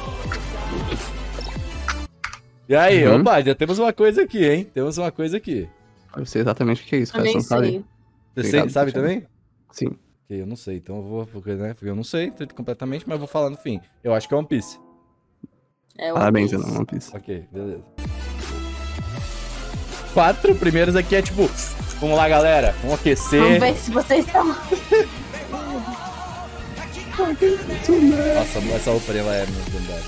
E aí,
Uhum.
opa, já temos uma coisa aqui, hein? Temos uma coisa aqui.
Eu sei exatamente o que é isso,
Eu
cara. Você
nem
não sabe?
sei.
Você
Obrigado,
sabe
Cristiano.
também?
Sim.
Ok, eu não sei, então eu vou. Porque, né, porque eu não sei completamente, mas eu vou falar no fim. Eu acho que é One Piece.
É o
Parabéns,
One Piece.
Ana, One Piece.
Ok, beleza. Quatro primeiros aqui é tipo. Vamos lá, galera. Vamos
Vamos
aquecer.
ver se vocês estão.
Nossa, essa roupa ela é muito lendária.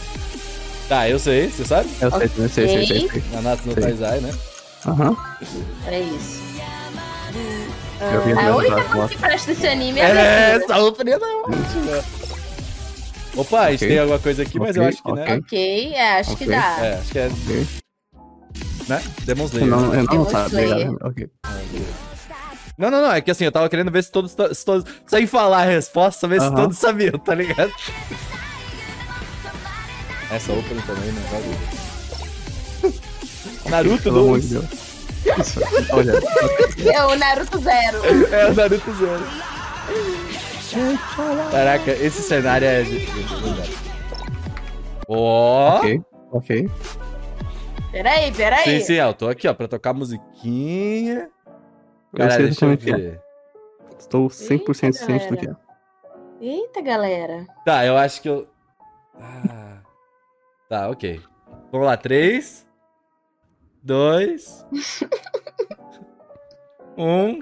Tá, eu sei, você sabe?
Eu sei, eu sei, sei, sei, sei.
Nanatsu no
Sei.
Taizai, né?
Aham.
É isso.
Eu vi
Hum, ah, A
mesmo,
única
tá?
coisa que presta desse anime é.
É,
a
essa roupa é ótima. Opa, a gente
Ok.
tem alguma coisa aqui, mas eu
Ok,
acho que, né?
ok.
Ok, é, acho que
Ok.
dá.
É, acho que é,
Ok.
né? Demon
Eu
Slayer. Não,
não, é. eu
Eu
não sabia.
sei.
né? Ok.
não, não, É que assim, eu tava querendo ver se todos. ta- Se todos sem falar a resposta, ver se
Aham.
todos sabiam, tá ligado? (laughs) Essa opening também, né? Vai (laughs) Naruto
Pelo amor
2.
de Deus. Isso. Olha,
É o Naruto Zero.
É o Naruto Zero. Caraca, esse cenário é. Ó!
ok. Ok.
Peraí,
Sim,
peraí.
sim, é, eu tô aqui, ó, pra tocar musiquinha.
Eu
Cara,
sei
deixa eu
exatamente o que é.
ver.
Estou 100%
Eita,
ciente do que é.
Eita, galera.
Tá, eu acho que eu. Ah. Tá, ok. Vamos lá, três.
(laughs)
Dois. um.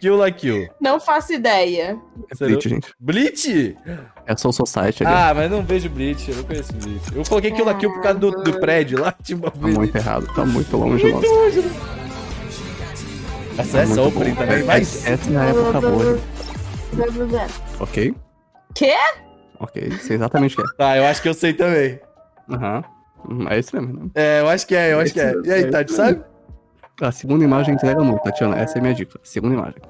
Kill la kill.
Não faço ideia.
É
Será?
Bleach, gente.
Bleach?
(laughs) É Soul Society ali.
Ah, mas não vejo Bleach, eu não conheço Bleach. Eu coloquei Kill la Kill por causa do, do prédio lá, tinha uma
Tá muito errado. Tá muito longe, nossa.
é Essa, essa
Muito
opening
bom.
também, mas...
Essa essa é a época boa. Ok.
Quê?
Ok. Sei exatamente o que é.
Tá, eu acho que eu sei também.
Aham. Hum, É isso mesmo, né?
É, eu acho que é, eu acho que é. E aí, Tati, sabe?
A segunda imagem entrega muito, Tatiana. Essa é a minha dica. Segunda imagem.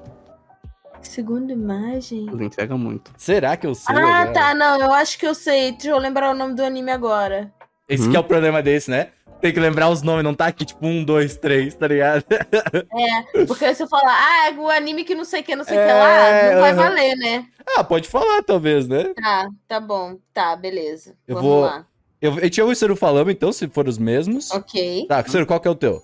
Segunda imagem.
Ela entrega muito.
Será que eu sei?
Ah,
agora?
tá, não, eu acho que eu sei. Deixa eu lembrar o nome do anime agora.
Esse
Uhum.
que é o problema desse, né? Tem que lembrar os nomes, não tá aqui tipo um, dois, três, tá ligado? (laughs)
Porque se eu falar, ah, é o anime que não sei o que, não sei o que
É,
lá, não vai
aham.
valer, né?
Ah, pode falar, talvez, né?
Tá, tá bom, tá, beleza.
Eu
Vamos
vou-
lá.
Eu, eu tinha o Ciro falando, então, se for os mesmos.
Ok.
Tá, Ciro, qual que é o teu?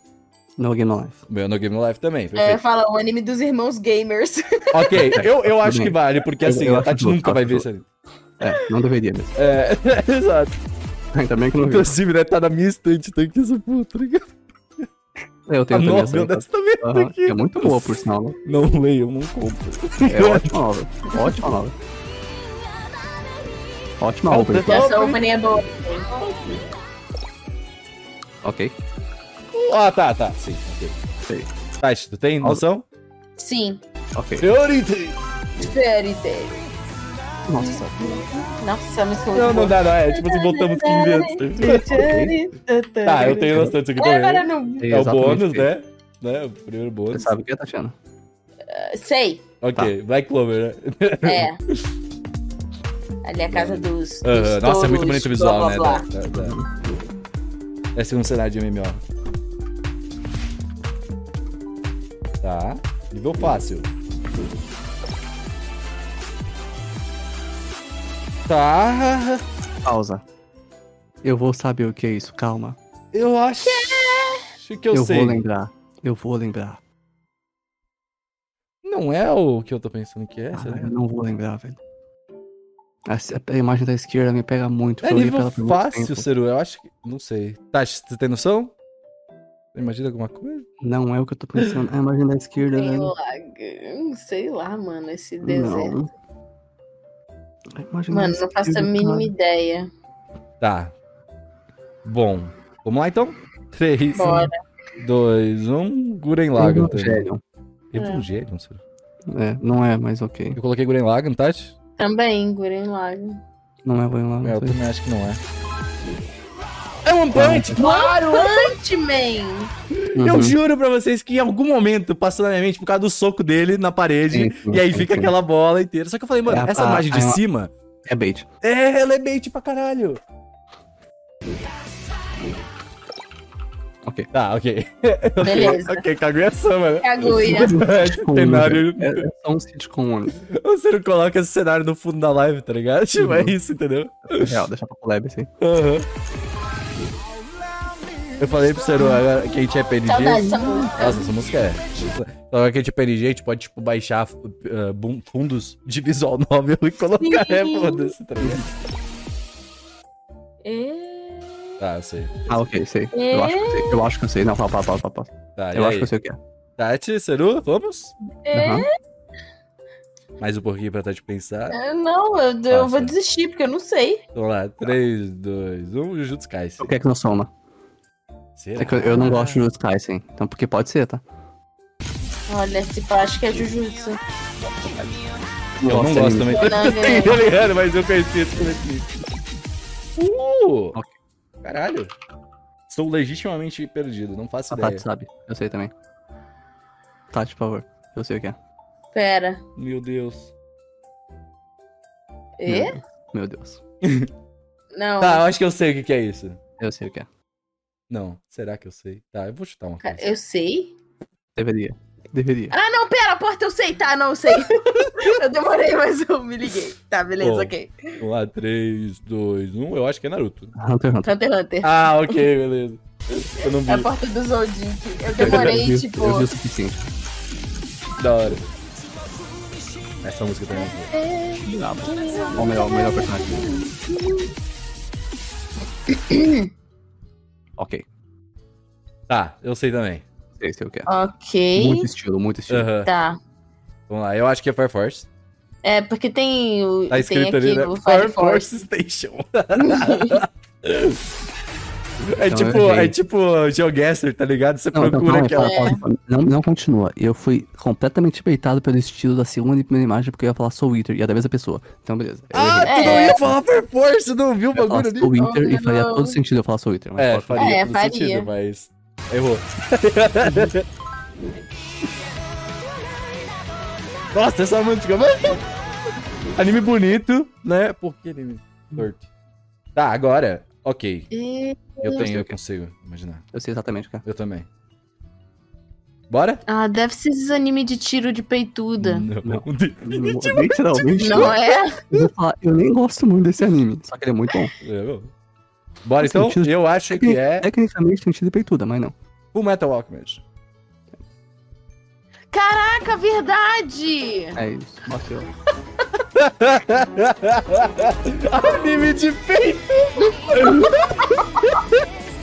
No Game No Life.
O Meu no Game No Life também,
É,
perfeito.
fala o anime dos irmãos gamers.
Ok, eu,
(laughs)
eu acho
Tudo
que
bem.
vale, porque
Eu-
assim,
eu
a
acho
Tati
justo,
nunca
acho
vai ver isso
justo.
ali.
É, não deveria mesmo. (laughs)
É, (laughs) exato.
Ainda bem que não viu.
Inclusive, né, tá na minha estante, tem que essa puta, tá ligado?
É, Eu
A
tenho também essa
novela
dica.
dessa também tá
então. Aham.
aqui.
É muito boa, por sinal. né?
Não leio, não compro.
É ótima novela. Ótima novela. Ótima obra.
Essa opening é boa.
Ok.
Ah, tá, tá. Sim, ok.
Sei.
Tati, tu tem noção?
Sim,
Ok.
É Priority!
Fairy Tail.
Nossa.
Nossa, a música é muito
Não, não
boa.
dá, não. É tipo, se voltamos 15 anos. Tá, eu tenho noção disso aqui
Agora
também.
não.
É o
exatamente
bônus,
isso.
né? né? O primeiro
Você
bônus.
sabe Tá. o que é, Tatiana?
Sei,
Ok, Black Clover, né? (laughs)
é. Ali é a casa dos.
Ah,
dos
nossa, é muito
touros,
bonito o visual,
blá,
né?
blá, blá.
da- da- da- Esse é um cenário de MMO. Tá. Nível fácil. Tá.
Pausa. Eu vou saber o que é isso, calma.
Eu acho. Acho que eu, sei.
vou lembrar. Eu vou lembrar.
Não é o que eu tô pensando que é,
Ah,
será?
eu não vou lembrar, velho. Essa- A, imagem da esquerda me pega muito.
É
porque Tipo,
nível
eu olhei pra ela por muito
fácil,
tempo.
Ceru. Eu acho que. Não sei. Tá, você tem noção? Você Imagina alguma coisa?
Não é o que eu tô pensando. É a imagem da esquerda,
Tem
velho.
o lago. hum, Sei lá, mano, esse deserto.
Não. A imagem da
Mano, não faço a
esquerda,
mínima
cara.
ideia.
Tá. Bom. Vamos lá então? (laughs) 3,
Bora.
2, 1. Guren Lagan. tá?
Evangelho.
Evangelion, Ceru.
um É, não é, mas ok.
Eu coloquei Guren Lagan, tá? Tati?
Também, Guren Lago.
Não é ruim lá.
É,
Não
eu
sei. um
também acho que não é. É One Punch! Claro!
Hitman!
Eu
Uhum.
juro pra vocês que em algum momento passou na minha mente por causa do soco dele na parede.
Sim, sim,
e aí
sim,
fica
sim.
aquela bola inteira. Só que eu falei, mano,
É,
essa
a-
imagem de
a-
cima
É bait.
É, ela é bait pra caralho.
Ok.
Tá, ok. (laughs)
Beleza.
ok, Kaguya-sama, né?
Kaguya.
tipo,
Esse cenário...
É, é só um sitcom né?
Você não coloca esse cenário no fundo da live, tá ligado? Tipo,
Uhum.
é isso, entendeu?
É real, deixar pra collab assim.
Aham. Eu falei pro Seru agora que a gente é PNG.
Saudade dessa música.
Nossa, essa música é. Então, Agora que a gente é PNG, a gente pode, tipo, baixar uh, bum- fundos de visual (laughs) novel e colocar.
Sim.
É, foda-se, tá ligado?
É.
Tá, eu sei.
Ah, ok, sei. Eu acho que eu sei. Eu acho que eu sei. Não, fala, fala, fala, fala. fala.
Tá,
Eu
e
acho
aí?
que eu sei o que é.
Tati, Seru, vamos?
É.
Aham.
Mais um pouquinho pra Tati pensar.
Eu É, Não, eu, eu
Tá,
vou
certo.
desistir, porque eu não sei.
Vamos lá, 3, 2, 1, Jujutsu Kaisen.
O que é que nós somos? É que eu, eu não gosto de Jujutsu Kaisen. Então, porque pode ser, tá?
Olha, se pá, acho que é Jujutsu.
Eu não
Gosto
gosto
de Ah,
também.
Konami.
(laughs) Tô ligado, mas eu conheci esse comecinho. Uh!
Ok.
Caralho. Estou legitimamente perdido, não faço
A
ideia.
Tati tá, sabe. Eu sei também. Tati, por favor. Eu sei o que é.
Pera.
Meu Deus.
É?
Meu Deus. Meu Deus.
Não.
Tá, eu acho que eu sei o que que é isso.
Eu sei o que é.
Não, será que eu sei? Tá, eu vou chutar uma
Cara,
coisa.
Eu sei.
Deveria. Deveria.
Ah, não, pera, porta, eu sei, tá? Não,
(laughs)
eu sei. eu demorei, mas eu me liguei. Tá, beleza,
Bom.
ok.
Vamos lá, 3, 2, 1. Eu acho que é Naruto.
(laughs) Hunter x Hunter.
Hunter x Hunter.
Ah, (laughs) ok, beleza. Eu não vi.
É a porta do Zoldyck. Eu demorei,
eu vi,
tipo.
Eu vi o suficiente.
Da hora. Essa música também. é
Ah, mas- Ou melhor, o melhor personagem. ok.
boa. Tá, eu sei também.
Sei, sei o que é.
Ok.
Muito estilo, muito estilo.
Aham.
Tá.
Vamos lá, eu acho que é Fire Force.
É, porque tem o.
Tá
tem
escrito
aqui
ali, né?
o
Fire
Fire
Force
Force.
(laughs)
Station. É
Então
tipo,
eu errei.
é tipo GeoGuessr, tá ligado? Você
Não, não,
procura
calma aí,
aquela.
calma, calma, calma. não, não continua. Eu fui completamente peitado pelo estilo da segunda e primeira imagem porque eu ia falar Soul Eater e é da mesma pessoa. Então, beleza. Eu
Ah,
errei.
tu não ia falar Fire Force, tu não viu o
É. Eu ia falar
bagulho ali?
Soul Eater e
Oh,
faria
não.
todo sentido eu falar Soul Eater. mas
É,
pode falar.
faria
É,
todo
faria.
sentido, mas.
(laughs)
Errou. Nossa, essa música, mano. Anime bonito, né? Por que anime torto? Tá, agora. Ok.
E-
Eu tenho, eu consigo imaginar.
Eu sei exatamente
(laughs)
o que é.
Eu também. Bora?
Ah, deve ser esses anime de tiro de peituda.
(laughs) Não.
Literalmente.
Não é?
Eu vou falar, eu nem gosto muito desse anime, só que ele é muito bom.
Bora, então.
Sentido-
Eu acho que é
Tecnicamente tem sentido peituda, mas não.
Full Metal Alchemist.
Caraca, verdade!
É isso, bateu.
(laughs) Anime de peito! (laughs)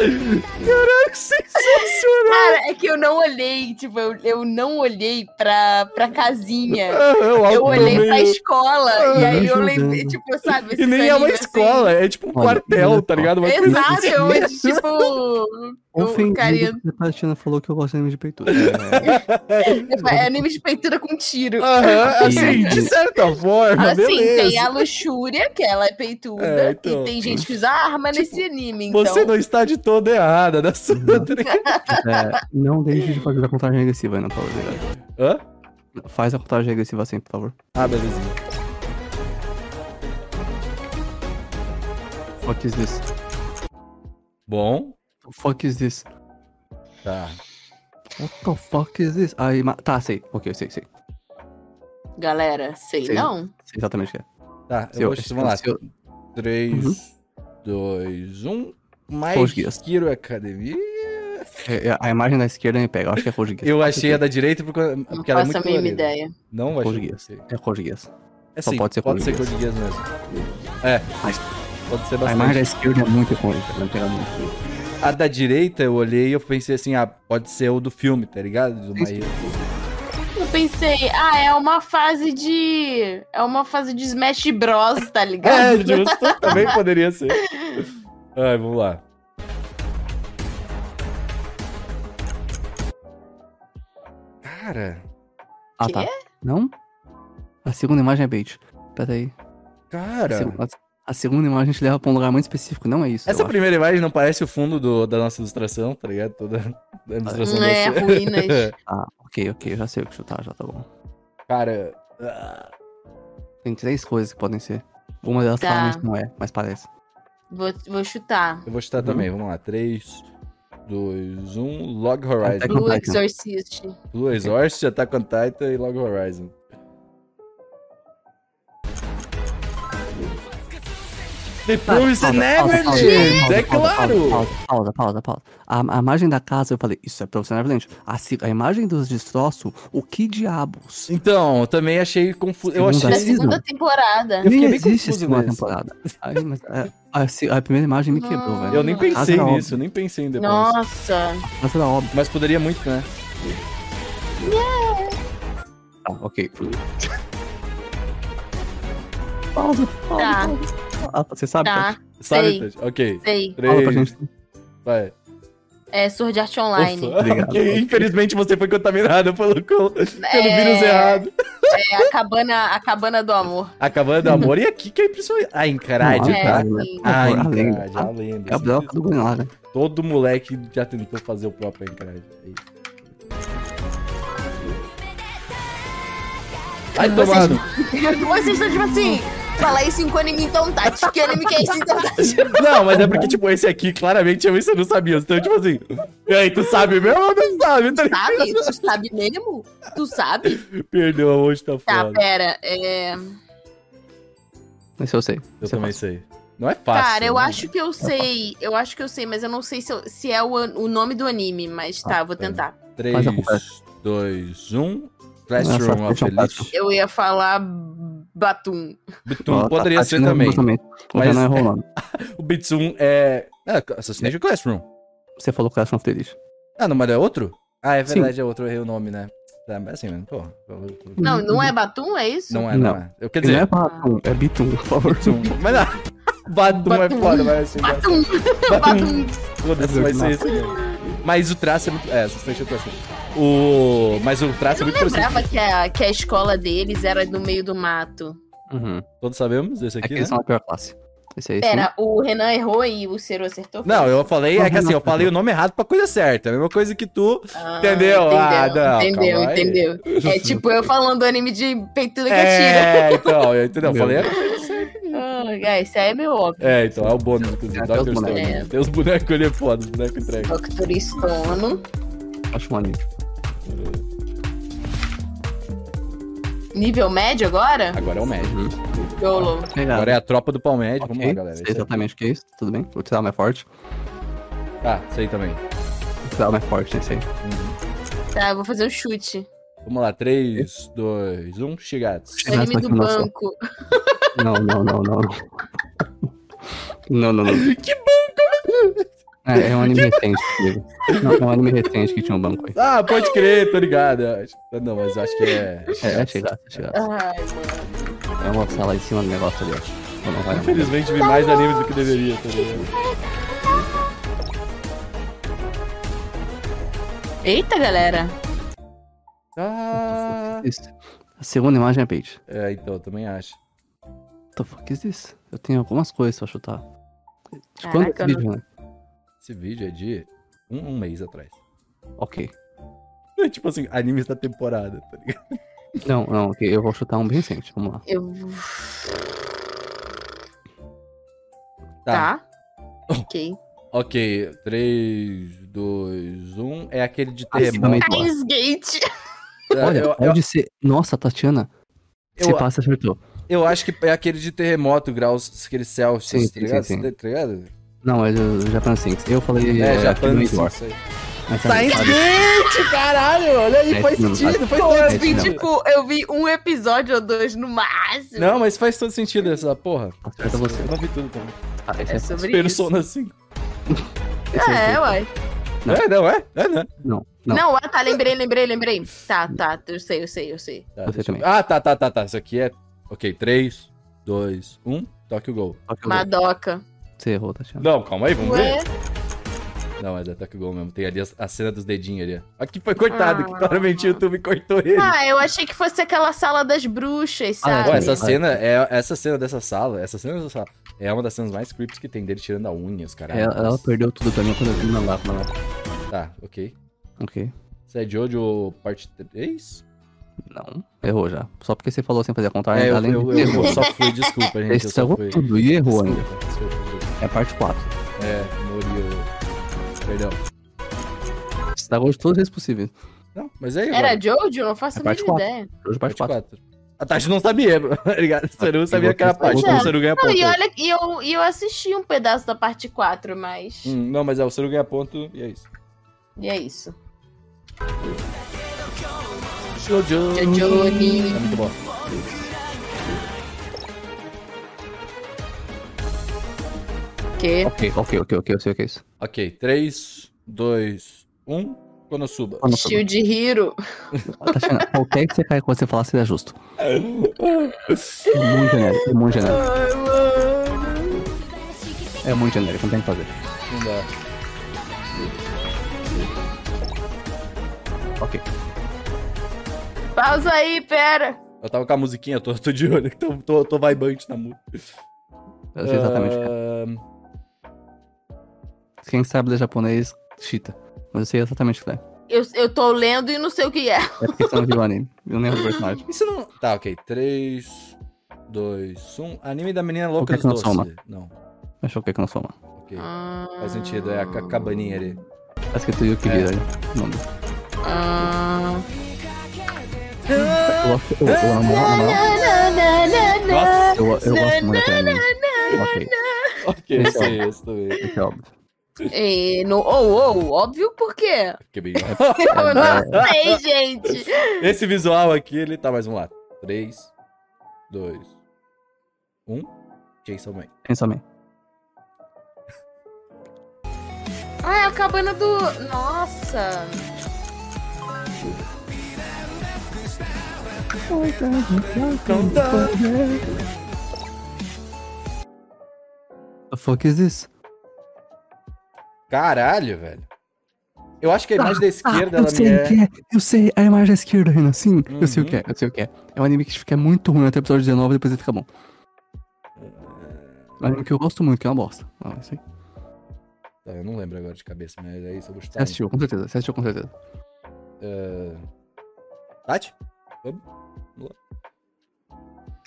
Caraca, sensacional!
Cara, é que eu não olhei, tipo, eu, eu não olhei pra, pra casinha. Eu olhei pra escola, e aí eu
Jogando.
lembrei, tipo, sabe?
Ah, E
esses
nem é uma
anime, assim.
escola, é tipo um
Olha,
quartel,
olha
tá
só.
ligado? Uma coisa
Exato,
assim. (laughs)
eu, tipo. O
Ofendido
carinha-
que a Platina falou que eu gosto de anime
(laughs)
de peituda. É,
É anime de peitura com tiro.
Aham, assim, de certa forma,
é Assim,
Ah, beleza.
tem a luxúria, que ela é peituda,
É, então. Tipo,
e tem gente que usa arma nesse anime, então.
Você não está de toda errada né? (laughs) nessa.
é, não deixe de fazer a contagem regressiva ainda, por favor. obrigado.
Hã?
Faz a contagem regressiva sempre, por favor.
Ah, beleza.
Fuck is this?
Bom.
Fuck is this?
Tá.
What the fuck is this? Aí, ma- tá, sei. Ok, eu sei, sei.
Galera, sei
Sei.
não.
Sei exatamente o que é.
Tá,
Sei,
eu vou. Vamos lá.
sei-
3, 2, 1.
Code
Mais
Geass.
Kiro Academia.
é, é, a imagem da esquerda me pega. Eu acho que é Code Geass.
Eu achei a da direita porque,
Não
porque ela é
faço
muito
a mínima
colorida.
ideia.
Não, acho
Code
que
Geass.
sei.
É Code Geass.
É
Só
sim,
pode ser
pode ser
Code
Code Geass mesmo. É,
Mas-
pode ser
A imagem da
bastante.
esquerda é muito icônica. Não pega muito.
A da direita eu olhei e eu pensei assim, ah, pode ser o do filme, tá ligado? Mas...
Eu pensei, ah, é uma fase de. É uma fase de Smash Bros, tá
É,
ligado?
(laughs) justo, também poderia ser. Ai, vamos lá. Cara,
Ah,
Quê?
tá. Não? A segunda imagem é bait. Pera aí. A,
cara.
segu- a- a segunda imagem te leva pra um lugar muito específico. Não é isso.
Essa
eu acho.
primeira imagem não parece o fundo do- da nossa ilustração, tá ligado? Toda (laughs) a ilustração
(laughs) Não é,
dessa- (laughs)
ruínas.
Ah, ok, ok. Já tá sei o que chutar, já tá bom.
Cara. ah,
Tem três coisas que podem ser. Uma delas
Tá.
claramente não é, mas parece.
Vou, vou chutar.
Eu vou chutar também, vamos lá. 3, 2, 1, Log Horizon.
Attack on
Blue
Titan.
então.
Exorcist.
Blue Exorcist, Attack on Titan e Log Horizon. The Promise
Tá,
Então
Pausa,
Never
pausa, pausa,
Ends,
pausa,
é
pausa,
claro!
Pausa, pausa, pausa, pausa. A, a imagem da casa, eu falei, isso é Promise Neverland. A, si- a imagem dos destroços, o que diabos?
Então, eu também achei confuso. Eu
Segunda
achei.
Da
Season.
segunda temporada.
Eu fiquei
Nem
bem
existe a
confuso
segunda
nessa.
temporada. Aí, mas, é, a, se- a primeira imagem me quebrou, velho.
Eu nem pensei
Ah, não.
nisso, eu nem pensei em The Promise.
Nossa.
Mas era óbvio.
Mas poderia muito, né?
Tá, ok. (laughs) pausa, pausa.
Tá.
pausa. Ah, você sabe? é
Tá,
Sabe,
Sei.
Tati? Ok.
sei.
Fala pra
3,
gente.
vai.
É Sword Art Online.
Ufa. (laughs)
Obrigado.
Ok, Infelizmente você foi contaminado pelo, co- pelo
É.
vírus errado.
É a cabana, a cabana do (laughs) amor.
A cabana do amor e aqui que é impressionante. A Encrade,
Não,
É,
tá?
Encrade.
sim.
A
A lenda.
Encrade, a lenda.
É a broca do Glenn Lagan.
Todo moleque já tentou fazer o próprio Encrade. Ai, tomado.
Vocês estão tipo assim, falar isso em anime então, Tati. Que anime que é esse então, Tati?
Não, mas é porque, tipo, esse aqui, claramente, eu isso eu não sabia. Então, tipo assim, e aí, tu sabe mesmo ou não sabe? Tá ligado?
Sabe? Tu sabe mesmo? Tu sabe?
Perdoa, hoje tá
Tá,
foda.
pera. É...
Esse eu sei.
Eu
Esse
também
fácil.
sei. Não é fácil.
Cara, eu
né?
acho que eu sei. Eu acho que eu sei, mas eu não sei se, eu- se é o, an- o nome do anime. Mas
Ah,
tá, eu vou tentar.
3,
Faz a conversa.
2, 1.
Nossa,
Classroom of
Classroom
Elite.
Eu ia falar Batum.
Bitsum
Ó,
poderia
tá
ser
atirando
também.
brutalmente. O
Mas-
Renan errou o nome.
O Bitsum é. É, Assassination Classroom.
Você falou Clash of the Elite.
Ah, não, mas é outro? Ah, é
Sim.
verdade, é outro, eu errei o nome, né? Tá, mas assim, mano, pô. eu-
Não, não é Batum? É isso?
Não é, não,
Não.
é. Eu quero
Não é
dizer.
Batum, é Bitum, por favor.
Bitsum. Mas não. Badum é
Batum.
foda, mas assim.
Batum! (laughs) Batum!
é
Foda-se, vai ser esse mesmo. Mas o traço é muito. É, Assassination Classroom. O. Mas o traço é muito parecido.
Lembrava que a, que a escola deles era no meio do mato.
(laughs) Uhum.
Todos sabemos desse
É que
aqui, né?
eles são a pior classe. Esse aí, sim.
Pera, o Renan errou e o Ciro acertou?
Não, eu falei, é que assim,
(laughs)
eu falei o nome errado pra coisa certa. É A mesma coisa que tu. entendeu? Ah, não,
entendeu,
calma aí. (laughs)
entendeu. É tipo eu falando do anime de peituda que atira.
É, então, eu- entendeu? Eu
Meu
falei.
Ah, é, isso aí é meu óbvio.
É, então, é o bônus, inclusive.
Tem até os
Dr. Stone.
bonecos.
Tem os bonecos ali, é foda, os bonecos entregam.
Doctor Stone,
Acho maneiro.
nível médio agora?
Agora é o médio.
YOLO.
Legal.
Agora é a tropa do Palmédio.
Uhum. Ok,
Vamos lá, galera.
Sei
Isso aí.
exatamente o que é isso. Tudo bem. Vou tirar o mais forte.
Tá, isso aí também.
Vou tirar o mais forte nesse aí.
Tá, eu vou fazer o chute.
Vamos lá, 3, 2, 1, Shigatsu.
Sim,
anime do
mas tá aqui no nosso-
banco.
(laughs) Não, não, não, não. Não, não, não. (laughs) Que banco! É, é um anime recente, comigo. Não, é um anime recente que tinha um banco aí.
Ah, pode crer, tô ligado. Eu acho- Não, mas eu acho que é.
É, é chegar, é chegar.
Ai, mano.
Eu vou mostrar lá em cima do negócio ali, ó. Então Não, não vai não.
Infelizmente vi mais animes do que deveria, tá ligado?
Eita, galera.
Ah,
Isso. A segunda imagem é Page.
é, então, eu também acho.
What the fuck is this? Eu tenho algumas coisas pra chutar. De
Caraca,
quando é esse
eu
vídeo, né?
Esse vídeo é de um, um mês atrás. (laughs)
Ok.
É tipo assim, animes da temporada, tá ligado?
Não, não, ok. Eu vou chutar um bem recente. Vamos lá.
Eu.
Tá.
Tá.
Oh.
Ok.
Ok, 3, 2, 1. É aquele de terremoto.
Basicamente, ó.
Ice Gate.
É,
Ah, Olha,
eu, eu,
pode ser. Nossa, Tatiana. Você
Eu-
passa, acertou.
eu acho que é aquele de terremoto, graus, aquele Celsius,
Sim,
tá
sim,
ligado?
sim, sim.
Tá ligado?
Não, é do Japan Sinks. Eu falei.
É, Tá já
Kingdom Hearts War.
Isso aí.
Mas sabe-
Science
sabe-
Gate, caralho! Olha aí,
É,
faz
não,
sentido, faz
Pô,
todo
eu
Esse
vi,
sentido.
não.
tipo, eu vi um episódio ou dois no máximo.
Não, mas faz todo sentido essa porra.
Acerta É você.
Eu não vi tudo também.
Ah, esse
É
é
sobre isso.
Persona 5.
esse
É,
é-
uai.
Não.
É, não é? É, né?
Não,
Não.
não.
ah, tá, lembrei, lembrei, lembrei. Tá, tá, eu sei, eu sei, eu sei.
Tá,
Você
deixa eu-
também.
Ah, tá, tá, tá, tá. Isso aqui é. Ok, 3, 2, 1. Toque o gol.
Toque o gol.
Madoka.
Você errou, Tatiana.
Não, calma aí, vamos ver.
Ué?
Não, mas é Toque o gol mesmo. Tem ali a, a cena dos dedinhos ali. ó. Aqui foi cortado,
Ah.
que claramente o YouTube cortou ele.
Ah, eu achei que fosse aquela sala das bruxas,
Ah,
Pô,
sabe?
essa
Vai.
cena, é, essa cena dessa sala, essa cena dessa sala, é uma das cenas mais creeps que tem dele tirando a unha, os caras.
É, Ela, ela perdeu tudo pra mim quando eu vi na lava.
Tá, ok.
né? Ok.
Isso é Jojo parte 3?
Não, errou já. Só porque você falou sem fazer a contagem,
É, eu,
além
eu,
de
eu,
errou.
eu só fui, desculpa, gente.
Ele
Eu só
estragou
fui.
tudo e errou ainda.
Desculpa, desculpa, desculpa.
É a parte 4.
É, Murilo. Perdão.
Estragou de tá todas as vezes possíveis.
Não, mas é
Era
agora.
Jojo? Não faço
É
a
parte
mínima
quatro.
ideia.
Hoje parte 4.
24. A Tati não sabia, (laughs) bro. Obrigado. Você
Ah,
não sabia que era a
Pode
parte.
é.
Então você não ganha
Não,
ponto.
e olha, e eu, e eu assisti um pedaço da parte 4, mas.
Hum, não, mas é, você não ganha ponto e é isso.
E é isso.
Jojo.
Jojo.
É muito bom.
Que?
Ok, ok, ok, ok, eu sei o que é isso.
Ok, um. 3, 2, 1. Konosuba.
Ah, não, tá
Shield Hiro.
bom. Tatiana, qualquer que você caia quando você falar seja justo. É muito genérico, é muito genérico. É muito genérico, não tem o que fazer.
Não dá.
Ok.
Pausa aí, pera.
Eu tava com a musiquinha, tô, tô de olho. Tô, tô, tô vibante na música. Ah,
Eu sei exatamente. o que
Ahn,
é. Quem sabe ler japonês, chita. Mas eu sei exatamente o que é.
Eu, eu tô lendo e não sei o que é.
É porque você não viu o anime. Eu nem lembro do personagem.
Isso não. Tá, ok. 3, 2, 1. Anime da menina louca
O que é que
dos
não
doces. Não.
Mas o que é que não soma.
Ok. Faz sentido, é a ca- cabaninha ali.
Tá escrito Yuki
É.
Vira ali. O nome.
Ah.
Eu gosto. Eu, eu amo na
Ah,
moral,
Nossa!
Eu, eu gosto muito daquele anime. Ok,
Ok,
Então.
eu sei esse também.
isso é óbvio.
E no ou ou, óbvio por quê?
Fiquei bem. (laughs)
Eu não sei,
É.
gente.
Esse visual aqui, ele tá mais um lá. 3, 2, 1. Jason Man.
Pensa bem.
Ah, é a cabana do. Nossa!
The fuck is this?
Caralho, velho. Eu acho que a imagem
(laughs)
da esquerda,
eu
ela me
sei o
é.
que é. Eu sei a imagem da esquerda, Renan. Sim, eu sei o
Uhum.
que é. Eu sei o que é. É um anime que fica muito ruim até o episódio 19 e depois ele fica bom. É um anime que eu gosto muito, que é uma bosta. Ah, isso aí.
Tá, eu não lembro agora de cabeça, mas é isso, eu vou
Você
chutar.
assistiu, com certeza. Você assistiu, com certeza.
Tati?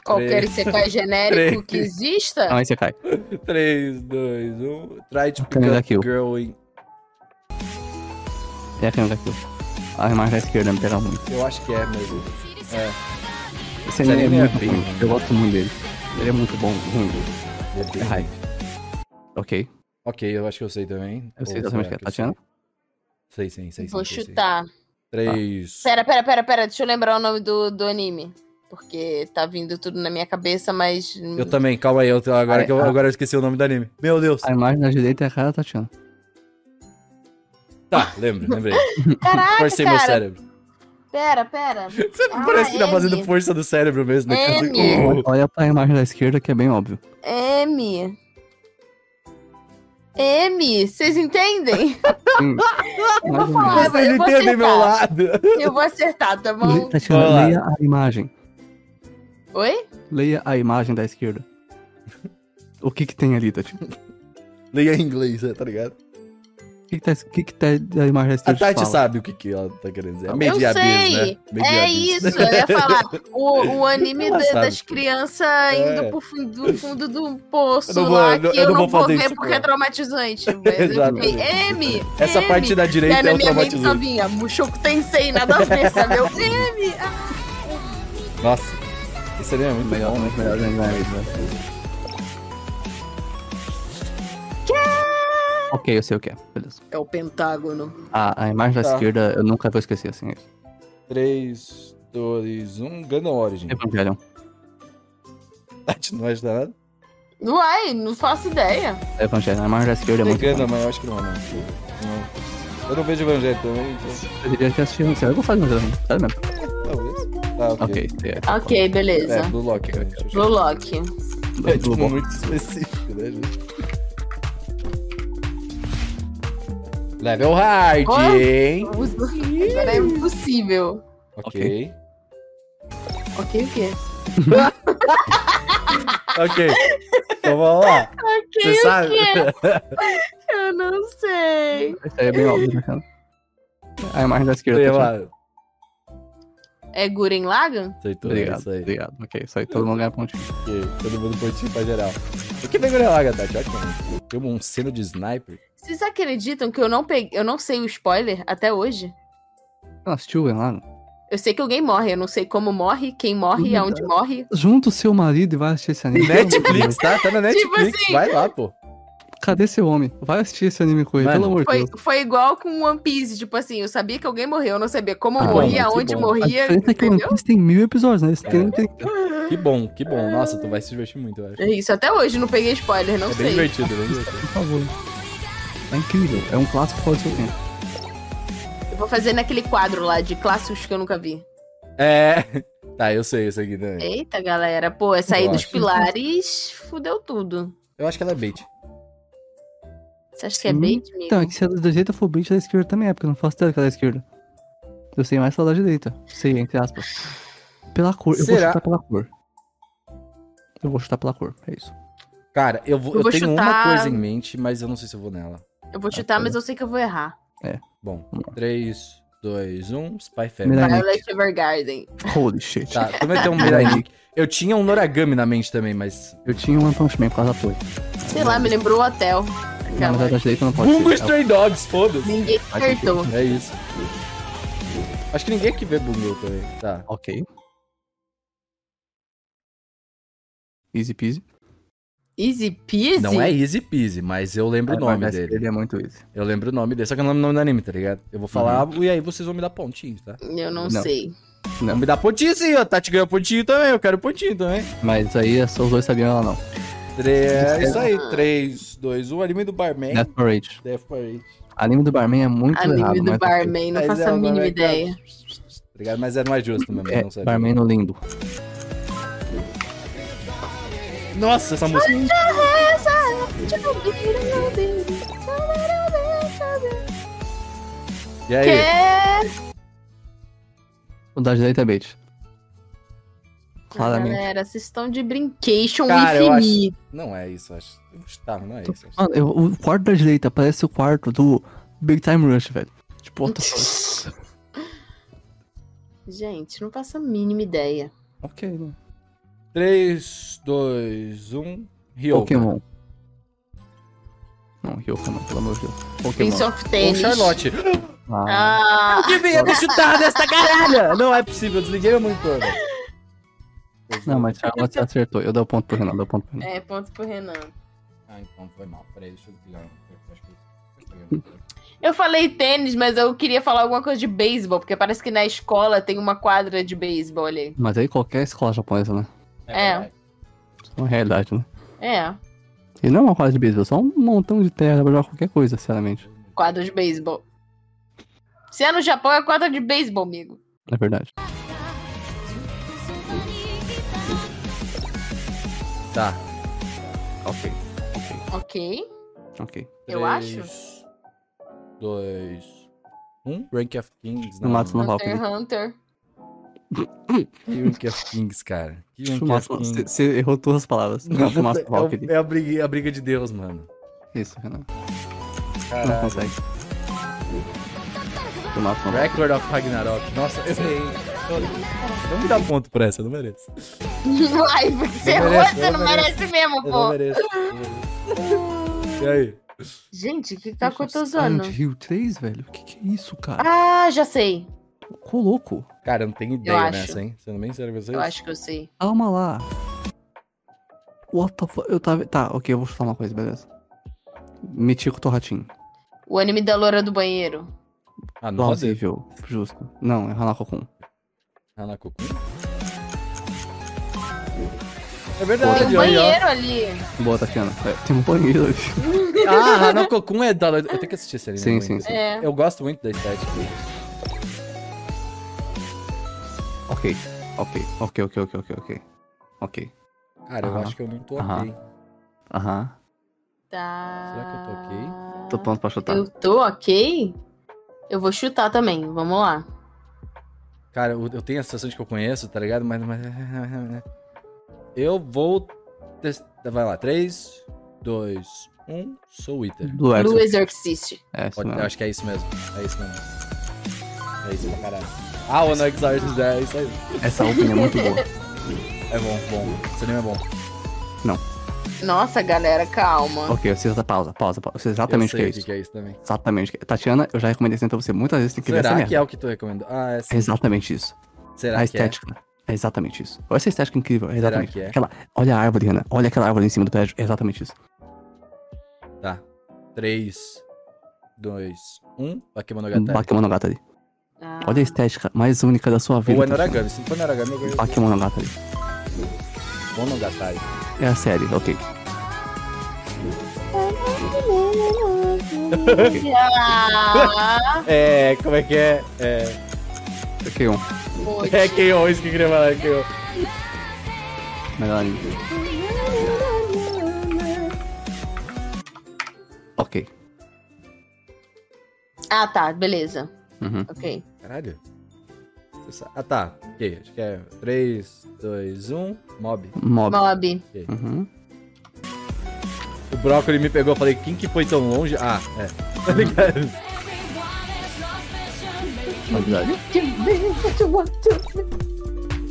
Qualquer
Três. (laughs)
sequel genérico
Três. Ah,
que exista.
Não, aí você cai.
3, 2, 1. Try to pick
Canada
up
Kill.
girl in.
É a câmera aqui. A imagem da esquerda me pega muito.
Eu acho que é mesmo.
Esse anime é
anime é
muito
bem
ruim.
ruim.
Eu gosto muito dele. Ele é muito bom, ruim dele.
É
É hype. Ok.
Ok, eu acho que eu sei também.
Eu sei
Ou
exatamente o
será
que é. Tatiana?
Sei, sei, sei.
Vou chutar. Tá.
3.
Pera, pera, pera, pera. Deixa eu lembrar o nome do, do anime. Porque tá vindo tudo na minha cabeça, mas. hum,
Eu também, calma aí. Eu, tô- agora,
Ah,
que eu,
ah.
agora eu esqueci o nome do anime. Meu Deus.
A imagem da direita é a cara da Tatiana.
Tá, lembro,
(laughs)
lembrei. (laughs)
Caraca,
Forcei meu
cara.
cérebro. (laughs)
Pera, pera.
Você não
Ah,
parece que tá
M.
fazendo força do cérebro mesmo, né? (laughs)
M.
Uh,
Olha- Olha pra imagem da esquerda que é bem óbvio.
M. M,
(laughs)
vocês entendem?
Sim. Mais ou menos.
falar.
Vocês
eu
não
vou
entendem tá meu
acertar.
lado. (laughs)
Eu vou acertar, tá
Le-
bom?
Tatiana,
Vamos lá.
leia a imagem.
Oi?
Leia a imagem da esquerda. O que que tem ali, Tatiana?
Leia em inglês, né, tá ligado?
O que que tá, o que que tá da imagem da
A
esquerda?
Tati
fala?
sabe o que, que ela tá querendo dizer. É
Eu
mediabis,
sei,
né?
É
Mediabis.
isso, eu ia falar. O, o
(laughs)
anime
Ela
da-
sabe. É.
das crianças indo pro fundo, do fundo do poço
Eu não vou-
lá,
eu não-
que
eu
eu
não
não
vou
vou
fazer
ver
isso,
porque
não.
é traumatizante.
(laughs)
Mas eu
Exatamente.
fiquei, M,
(laughs) Essa
M.
parte da
E aí
direita é
na
o
minha mente só
traumatizante.
vinha, Mushoku Tensei, nada a ver, sabe?
(laughs)
Eu, M, ah,
Nossa, esse anime é muito
Melhor,
bom.
muito melhor da
né?
imagem. Ok, eu sei o que é. Beleza.
é o Pentágono.
A, a imagem da
Tá.
esquerda eu nunca vou esquecer, assim. é isso.
3, 2, 1, Gundam Origin.
Evangelion.
(laughs) Tati, não vai ajudar nada?
Uai, não faço ideia.
Evangelion. A imagem da esquerda é
Tem
muito
Gundam,
boa.
mas eu acho que não, não. Não. Eu não vejo Evangelho também, então
Eu diria que assistir. Você vai fazer um drama. Sério mesmo.
talvez. Tá, ok.
Ok, é.
Ok, beleza.
É, Blue Lock. né? Deixa eu
Blue Lock.
checar. É, tipo,
Blue Lock.
muito específico, né, gente? Level hard,
Oh.
hein?
Agora é impossível.
Ok.
Ok, o quê?
Ok. Então vamos lá. Você sabe?
Eu não sei.
Isso aí é bem óbvio, né, cara? A imagem da esquerda.
Tem,
Tatiana.
mano.
é Guren Lagan?
Aceitou, é
Obrigado,
isso aí.
obrigado. Ok, isso aí todo mundo ganha pontinho.
Ok, Todo mundo pontinho pra geral. O que tem
é
Gurren Lagann, Tati? Olha que
Tem um sino de sniper.
Vocês acreditam que eu não peguei, eu não sei o spoiler até hoje?
Ela assistiu o lá.
Eu sei que alguém morre, eu não sei como morre, quem
Uhum.
morre, aonde morre.
Junta o seu marido e vai assistir esse anime.
Netflix, tá? Tá na Netflix.
assim.
Vai lá, pô.
Cadê seu homem? Vai assistir esse anime com ele,
Mano,
pelo amor de
Foi,
Deus.
foi igual com One Piece, tipo assim, eu sabia que alguém morreu, eu não sabia como
Ah,
morria,
bom, que
aonde
bom.
A
morria,
diferença é que o One
um entendeu?
Piece tem mil episódios, né? Esse tem, tem...
Que bom, que bom. Nossa, tu vai se divertir muito, eu acho.
É isso, até hoje não peguei spoiler, não
É bem
sei.
divertido, bem divertido.
Por favor. É incrível. É um clássico fora do seu tempo.
Eu vou fazer naquele quadro lá de clássicos que eu nunca vi.
É. Tá, eu sei isso aqui também.
Eita, galera, pô, é sair dos
Ótimo.
pilares, fudeu tudo.
Eu acho que ela é bait.
Você acha que é
Sim.
bait, amigo?
Então, é que se ela da direita for bait, ela é da esquerda também é, porque eu não faço ideia que ela é da esquerda. Eu sei mais se ela é da direita. Sei, entre aspas. Pela cor. Eu
Será?
vou chutar pela cor. Eu vou chutar pela cor. É isso.
Cara, eu, vou,
Eu
eu,
vou
tenho
chutar-
uma coisa em mente, mas eu não sei se eu vou nela.
Eu vou chutar, mas eu sei que eu vou errar.
Bom, um, 3, 2, 1, Spy Family.
Mirai Nikki.
Violet Evergarden.
Holy shit.
Tá, tu meteu
(laughs)
um Mirai Nikki. Eu tinha um Noragami na mente também, mas.
Eu tinha um One Punch Man por causa da torre.
Sei lá, me lembrou o hotel.
Na
Aquela.
verdade, da direita não pode
Bungo
ser.
Stray Dogs, foda-se.
Ninguém acertou.
É isso. Acho que ninguém aqui vê Bungo também. Tá.
Ok. Easy peasy.
Easy peasy?
Não é Easy Peasy, mas eu lembro o nome
Mas
dele.
Ele é muito easy.
Eu lembro o nome dele, só que eu não lembro o nome do anime, tá ligado? Eu vou falar e aí vocês vão me dar pontinhos, tá?
Eu não,
Não.
sei.
Vão me dar pontinho sim, ó. a Tati ganhou pontinho também, eu quero pontinho também.
Mas aí só os dois sabiam ela não.
Tre- É isso
Ah.
aí, 3, 2, 1, anime do Barman.
Death Parade.
Death Parade.
Anime do Barman é muito
Anime
errado.
do
mas ok.
barman, não
Mas
faço
é
a
o
mínima
Barman que é-
ideia.
Obrigado, mas é, não é justo mesmo,
É,
não sabe.
Barman no lindo.
Nossa, essa música. E aí?
Que?
O da direita é bait. Claramente.
Galera, vocês estão de brincation
Cara, eu
with
acho-
me.
Não é isso, acho. Gustavo, não é isso. acho.
Mano, eu- o quarto da direita parece o quarto do Big Time Rush, velho. Tipo, what the fuck?
Gente, não faço a mínima ideia.
(laughs) ok, né?
3, 2, 1. Rio.
Pokémon. Não, Ryoka não, pelo amor de Deus. Pokémon.
Prince of
Ou
Tennis.
Charlotte.
Ah,
Ah,
Devia ter chutado esta caralha! Não é possível, desliguei meu monitor. velho.
não, mas Charlotte acertou. Eu dou ponto pro Renan, dou ponto pro Renan.
é, ponto pro Renan.
Ah, então foi mal. Peraí, deixa eu ligar. Eu acho que eu peguei o monitor.
Eu falei tênis, mas eu queria falar alguma coisa de beisebol, porque parece que na escola tem uma quadra de beisebol ali.
Mas aí qualquer escola japonesa, né?
É.
vai.
Isso é uma realidade, né?
É,
E não é uma quadra de beisebol, é só um montão de terra pra jogar qualquer coisa, sinceramente.
quadra de beisebol. Se é no Japão, é quadra de beisebol, amigo.
Na É verdade.
Tá.
Ok, ok,
Ok.
ok.
Eu
Três, Dois. Um. Rank of Kings.
Não mata, não
Hunter
rola.
x Hunter.
Que Rank of Kings, cara. Que é Rank of
Shumatsu-
Kings.
Você você errou todas as palavras. é assim. Não, Shumatsu Valkyrie.
É, o- é a, briga, a briga de Deus, mano.
Isso, Renan. Não
Caralho.
consegue. Shumatsu Valkyrie.
Record of Ragnarok. Nossa, eu errei. Eu- Não me dá ponto por essa, eu não mereço.
Uai, você
Eu
errou,
mereço,
você
eu
não
mereço.
merece mesmo,
Eu não
pô.
mereço. eu não mereço. E aí?
Gente, o que que tá acontecendo?
Silent Hill 3, velho? O que, que é isso, cara?
Ah, já sei.
Ô, louco.
Cara, eu não tenho ideia
acho.
nessa, hein? Sendo bem sério pra vocês.
Eu acho que eu sei.
Calma lá. What the fuck? Eu tava. Tá, ok, eu vou chutar uma coisa, beleza. Mitico Torratinho.
O anime da loura do banheiro.
Ah, não rodei.
Plausível. Justo. Não, é Hanako Kun.
Hanako. É verdade,
Tem um
olha aí, ó.
banheiro ali.
Boa, Tatiana. É, tem um banheiro ali.
Ah, Hanako Kun é da. Eu tenho que assistir esse anime.
Sim,
muito.
sim, sim.
É.
Eu gosto muito da estética.
Ok. Ok, ok, ok, ok, ok, ok. Ok.
Cara, eu
Aham.
acho que eu não tô
Aham.
ok.
Aham.
Tá.
Será que eu
toquei?
Tô pronto pra chutar.
Ah, Eu tô ok? Eu vou chutar também, vamos lá.
Cara, eu eu tenho a sensação de que eu conheço, tá ligado? Mas. (laughs) mas... Eu vou. testar. Vai lá, 3, 2, 1. Sou Wither.
Blue
Blue
Exorcist.
Exorcist.
É, isso
Pode- eu
mesmo.
acho que é isso mesmo. É isso mesmo. É isso pra caralho. Ah, o No Exorcist é isso aí.
Essa opening é muito boa.
(laughs) É bom, bom. Esse anime é bom.
Nossa, galera, calma.
Ok, eu preciso da pausa, pausa, pausa. Eu sei
Eu
exatamente
sei
o que é
o
isso.
que é isso também.
Exatamente. o que é. Tatiana, eu já recomendei isso pra você muitas vezes, tem que ver essa
Será que
merda.
é o que tu recomendou? Ah, é
É
sim.
exatamente isso.
Será
a
que é?
estética. É. exatamente isso. Olha essa estética incrível. É exatamente.
que é?
Aquela, olha a árvore, Ana. Olha aquela árvore em cima do prédio. É exatamente isso.
Tá. 3, 2, 1. Bakemonogatari.
Bakemonogatari.
Ah.
Olha a estética mais única da sua vida.
Ou é
Tatiana.
Noragami. Se não for Noragami, eu ganho
Bakemonogatari.
Monogatari.
É a série, ok.
Ah,
É, como é que é? É,
(laughs) Ok, um.
poxa.
é Keion, isso que eu queria falar. é Keion.
Melhor anime. Ok.
Ah, tá, beleza.
Uhum.
Ok.
Caralho. Você sa- Ah, tá. Ok, acho que é 3, 2, 1. Mob.
Mob.
Mob.
Uhum.
O brócolis me pegou, eu falei, quem que foi tão longe? Ah, é. Tá ligado?
Novidade.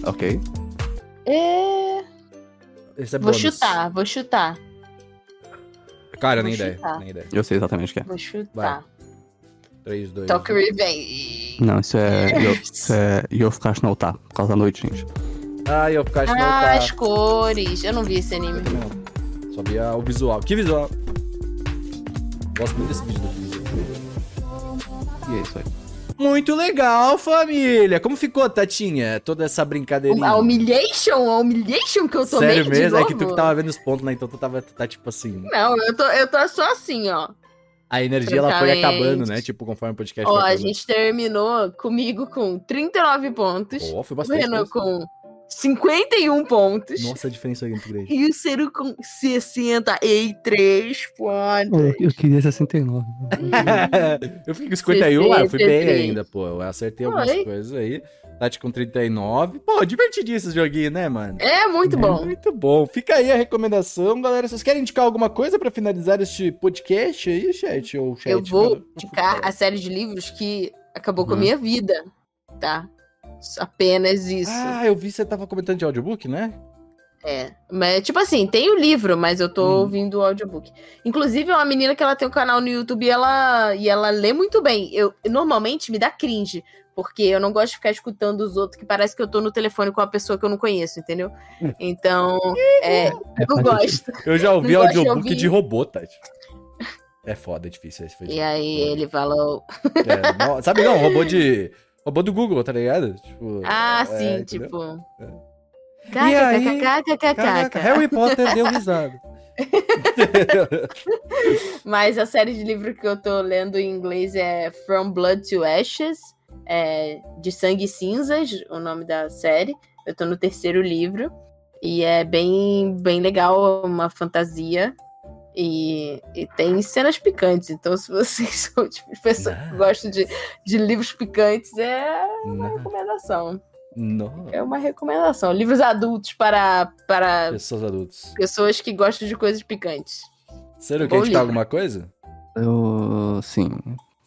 Ok.
É...
Esse é
Vou
bônus.
chutar, vou chutar.
Cara,
Vou
nem ideia.
chutar.
Nem ideia.
Eu sei exatamente o que é.
Vou chutar.
3, 2,
Tokyo Revenge.
Não, isso é. (laughs) Yo- Isso é Yofukashi no Uta, por causa da noite, gente.
Ah, eu ficar achando
Ah, as
que
cores. Eu não vi esse anime.
não. Só via o visual. Que visual? Gosto muito desse vídeo do visual.
E é isso aí.
Muito legal, família! Como ficou, Tatinha? Toda essa brincadeirinha.
A humilhation, a humilhation que eu tomei
Sério
de
mesmo? É
novo.
que tu que tava vendo os pontos, né? Então tu tava, tu tá tipo assim.
Não, eu tô, eu tô só assim, ó.
A energia ela foi
Francamente.
acabando, né? Tipo, conforme o podcast
Ó,
foi
a
acabando.
gente terminou comigo com 39 pontos.
Ó, foi
o
bastante.
Renan
coisa.
com 51 pontos.
é Nossa, a diferença é muito
(laughs)
grande.
E o Ciro com 63 pontos.
É, Eu queria 69.
eu fiquei com 51, ah, eu fui bem
63.
ainda, pô. Eu acertei algumas
Foi.
coisas aí. Tati com 39. Pô, divertidinho esse joguinho, né, mano?
É muito bom.
Muito bom. Fica aí a recomendação, galera. Vocês querem indicar alguma coisa pra finalizar este podcast aí, chat? Ou chat um?
eu vou
cara?
indicar a série de livros que acabou com a
Hum.
minha vida, tá? Apenas isso.
Ah, eu vi que você tava comentando de audiobook, né?
É. Mas, tipo assim, tem o livro, mas eu
Hum.
tô ouvindo o audiobook. Inclusive, é uma menina que ela tem um canal no YouTube e ela, e ela lê muito bem. Eu Normalmente me dá cringe, porque eu não gosto de ficar escutando os outros, que parece que eu tô no telefone com uma pessoa que eu não conheço, entendeu?
(laughs)
Então, é, eu não gosto.
Eu já ouvi
Não gosto de
audiobook de,
ouvir.
robô, Tati. É foda, é difícil. Esse foi
E aí ele falou.
É, no- sabe não, robô de. Robô do Google, tá ligado? Tipo,
Ah,
é,
sim,
entendeu? É.
tipo.
E aí,
Caca, caca,
Caraca,
caca.
Harry Potter deu risada.
Mas a série de livro que eu tô lendo em inglês é From Blood to Ashes, é, de Sangue e Cinzas, o nome da série. Eu tô no terceiro livro. E é bem, bem legal, uma fantasia. E, e tem cenas picantes. Então, se vocês (laughs) são o tipo de pessoa que gosta de, de livros picantes, é uma
Não.
recomendação.
não.
É uma recomendação. Livros adultos para, para
Pessoas adultas.
pessoas que gostam de coisas picantes.
Sério, quer
Bom
indicar
livro.
alguma coisa?
Eu. Sim.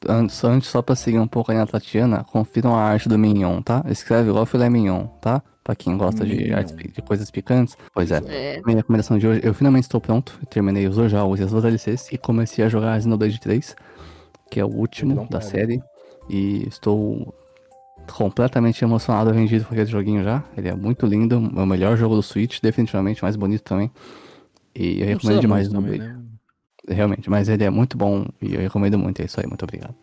Antes, antes, só pra seguir um pouco aí na Tatiana, confiram a arte do Mignon, tá? Escreve igual filé Mignon, tá? Pra quem gosta de,
Mignon.
artes pi- de coisas picantes. Pois é.
É.
Minha recomendação de hoje, eu finalmente estou pronto. eu Terminei os dois jogos e as duas DLCs e comecei a jogar Xenoblade 3, que é o
Não
último da
para.
série. E estou completamente emocionado, vendido por esse joguinho já. Ele é muito lindo, é o melhor jogo do Switch, definitivamente, mais bonito também. E eu recomendo demais Xenoblade.
né?
né?
Realmente, mas ele é muito bom e eu recomendo muito. É isso aí, muito obrigado.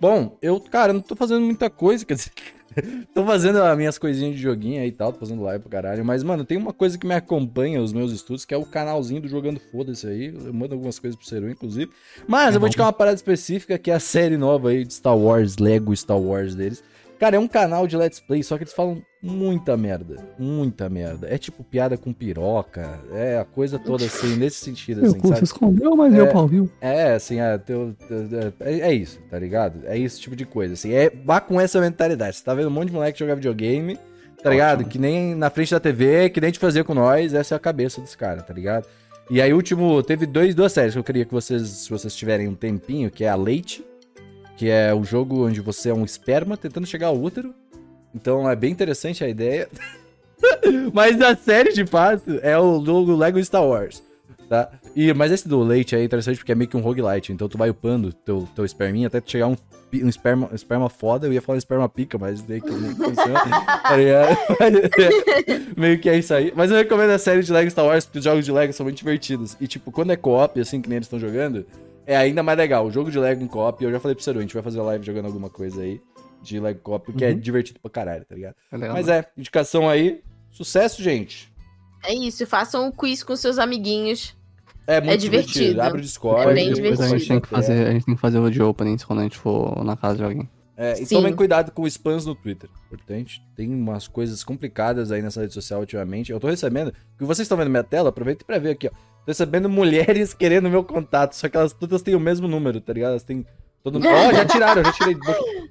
Bom, eu, cara, não tô fazendo muita coisa, quer dizer, (laughs) tô fazendo as minhas coisinhas de joguinho aí e tal, tô fazendo live pro caralho, mas, mano, tem uma coisa que me acompanha os meus estudos, que é o canalzinho do Jogando Foda-se aí, eu mando algumas coisas pro Seru, inclusive, mas eu vou indicar uma parada específica, que é a série nova aí de Star Wars, Lego Star Wars deles. Cara, é um canal de Let's Play, só que eles falam muita merda, muita merda, é tipo piada com piroca, é a coisa toda assim, nesse sentido, assim, sabe?
escondeu, mas
meu É.
pau viu.
É, assim, é, teu- teu- teu- é, é isso, tá ligado? É esse tipo de coisa, assim. É, vá com essa mentalidade. Você tá vendo um monte de moleque jogar videogame, tá ligado? Que nem na frente da TV, que nem te fazia com nós, essa é a cabeça dos caras, tá ligado? E aí, último, teve dois, duas séries que eu queria que vocês, se vocês tiverem um um tempinho, que é a Leite, que é o jogo onde você é um esperma tentando chegar ao útero. Então é bem interessante a ideia. (laughs) mas na série, de fato, é o do Lego Star Wars. Tá? E, mas esse do leite aí é interessante porque é meio que um roguelite. Então tu vai upando teu, teu esperminha até tu chegar um, pi- um esperma, um esperma foda. Eu ia falar esperma pica, mas daí que não funciona. tá ligado? Mas, é, (laughs) meio que é isso aí. Mas eu recomendo a série de Lego Star Wars porque os jogos de Lego são muito divertidos. E tipo, quando é co-op, assim que nem eles estão jogando, é ainda mais legal. O jogo de Lego em co-op, eu já falei pro Seru, a gente vai fazer live jogando alguma coisa aí de Lego co-op, porque é divertido pra caralho, tá ligado?
É Uhum. legal,
Mas
né?
é, indicação aí. Sucesso, gente.
É isso, façam um quiz com seus amiguinhos.
É muito divertido.
divertido.
Abre o Discord.
É bem
Depois A gente,
divertido.
tem que fazer, a gente tem que fazer o de openings quando a gente for na casa de alguém.
É, e
Sim.
tomem cuidado com spams no Twitter. Importante. Tem umas coisas complicadas aí nessa rede social ultimamente. Eu tô recebendo. O que vocês estão vendo na minha tela, aproveita pra ver aqui, ó. Tô recebendo mulheres (laughs) querendo meu contato. Só que elas todas têm o mesmo número, tá ligado? Elas têm. Todo... Ó, já tiraram, já tirei.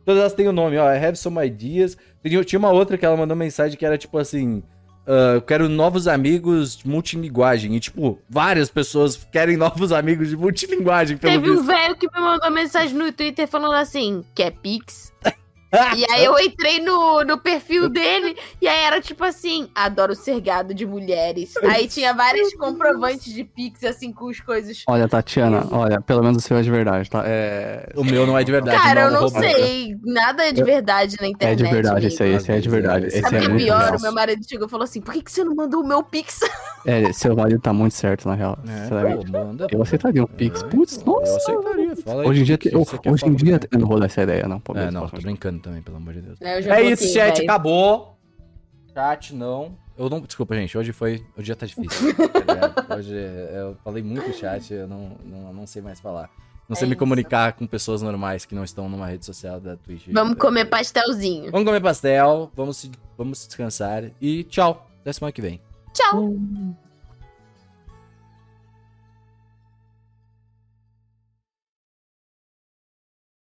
Todas elas têm o nome, ó. I have some ideas. Tinha tinha uma outra que ela mandou mensagem que era tipo assim. ah, eu quero novos amigos multilinguagem. E, tipo, várias pessoas querem (laughs) novos amigos de multilinguagem, pelo
Teve um
visto.
velho que me mandou mensagem no Twitter falando assim: quer
(laughs)
Pix? e aí eu entrei no, no perfil dele e aí era tipo assim: adoro ser gado de mulheres. Aí tinha vários comprovantes de Pix, assim, com as coisas.
Olha, Tatiana, olha, pelo menos o seu é de verdade, tá? É,
O meu não é de verdade.
Cara, eu não
roubou.
sei. Nada de verdade na
é
internet.
de verdade,
amigo.
esse aí, esse é de verdade. Esse
Sabe
é
o que é
muito
pior?
legal.
O meu marido chegou e falou assim: por que, que você não mandou o meu Pix?
É, seu marido tá muito certo, na real. sinceramente.
pô, manda,
Eu
pô.
aceitaria um Pix. Putz,
É. Eu
nossa.
aceitaria. Fala aí.
Hoje em dia,
o que
eu-
você quer
hoje em
falar.
dia eu não vou dar essa ideia, não. pô,
É,
beleza,
não, tô
pode-
brincando também, pelo amor de Deus.
Aí eu já
É isso,
bloqueei,
chat,
velho.
tá?
acabou. Chat, não. Eu não. Desculpa, gente, hoje foi. O dia tá
(laughs)
difícil. tá ligado? hoje é, eu falei muito chat, eu não, não, não sei mais falar. Não sei
É
me
isso.
comunicar com pessoas normais que não estão numa rede social da Twitch.
Vamos comer pastelzinho.
Vamos comer pastel, vamos, se- vamos descansar e tchau. Até semana que vem.
Tchau.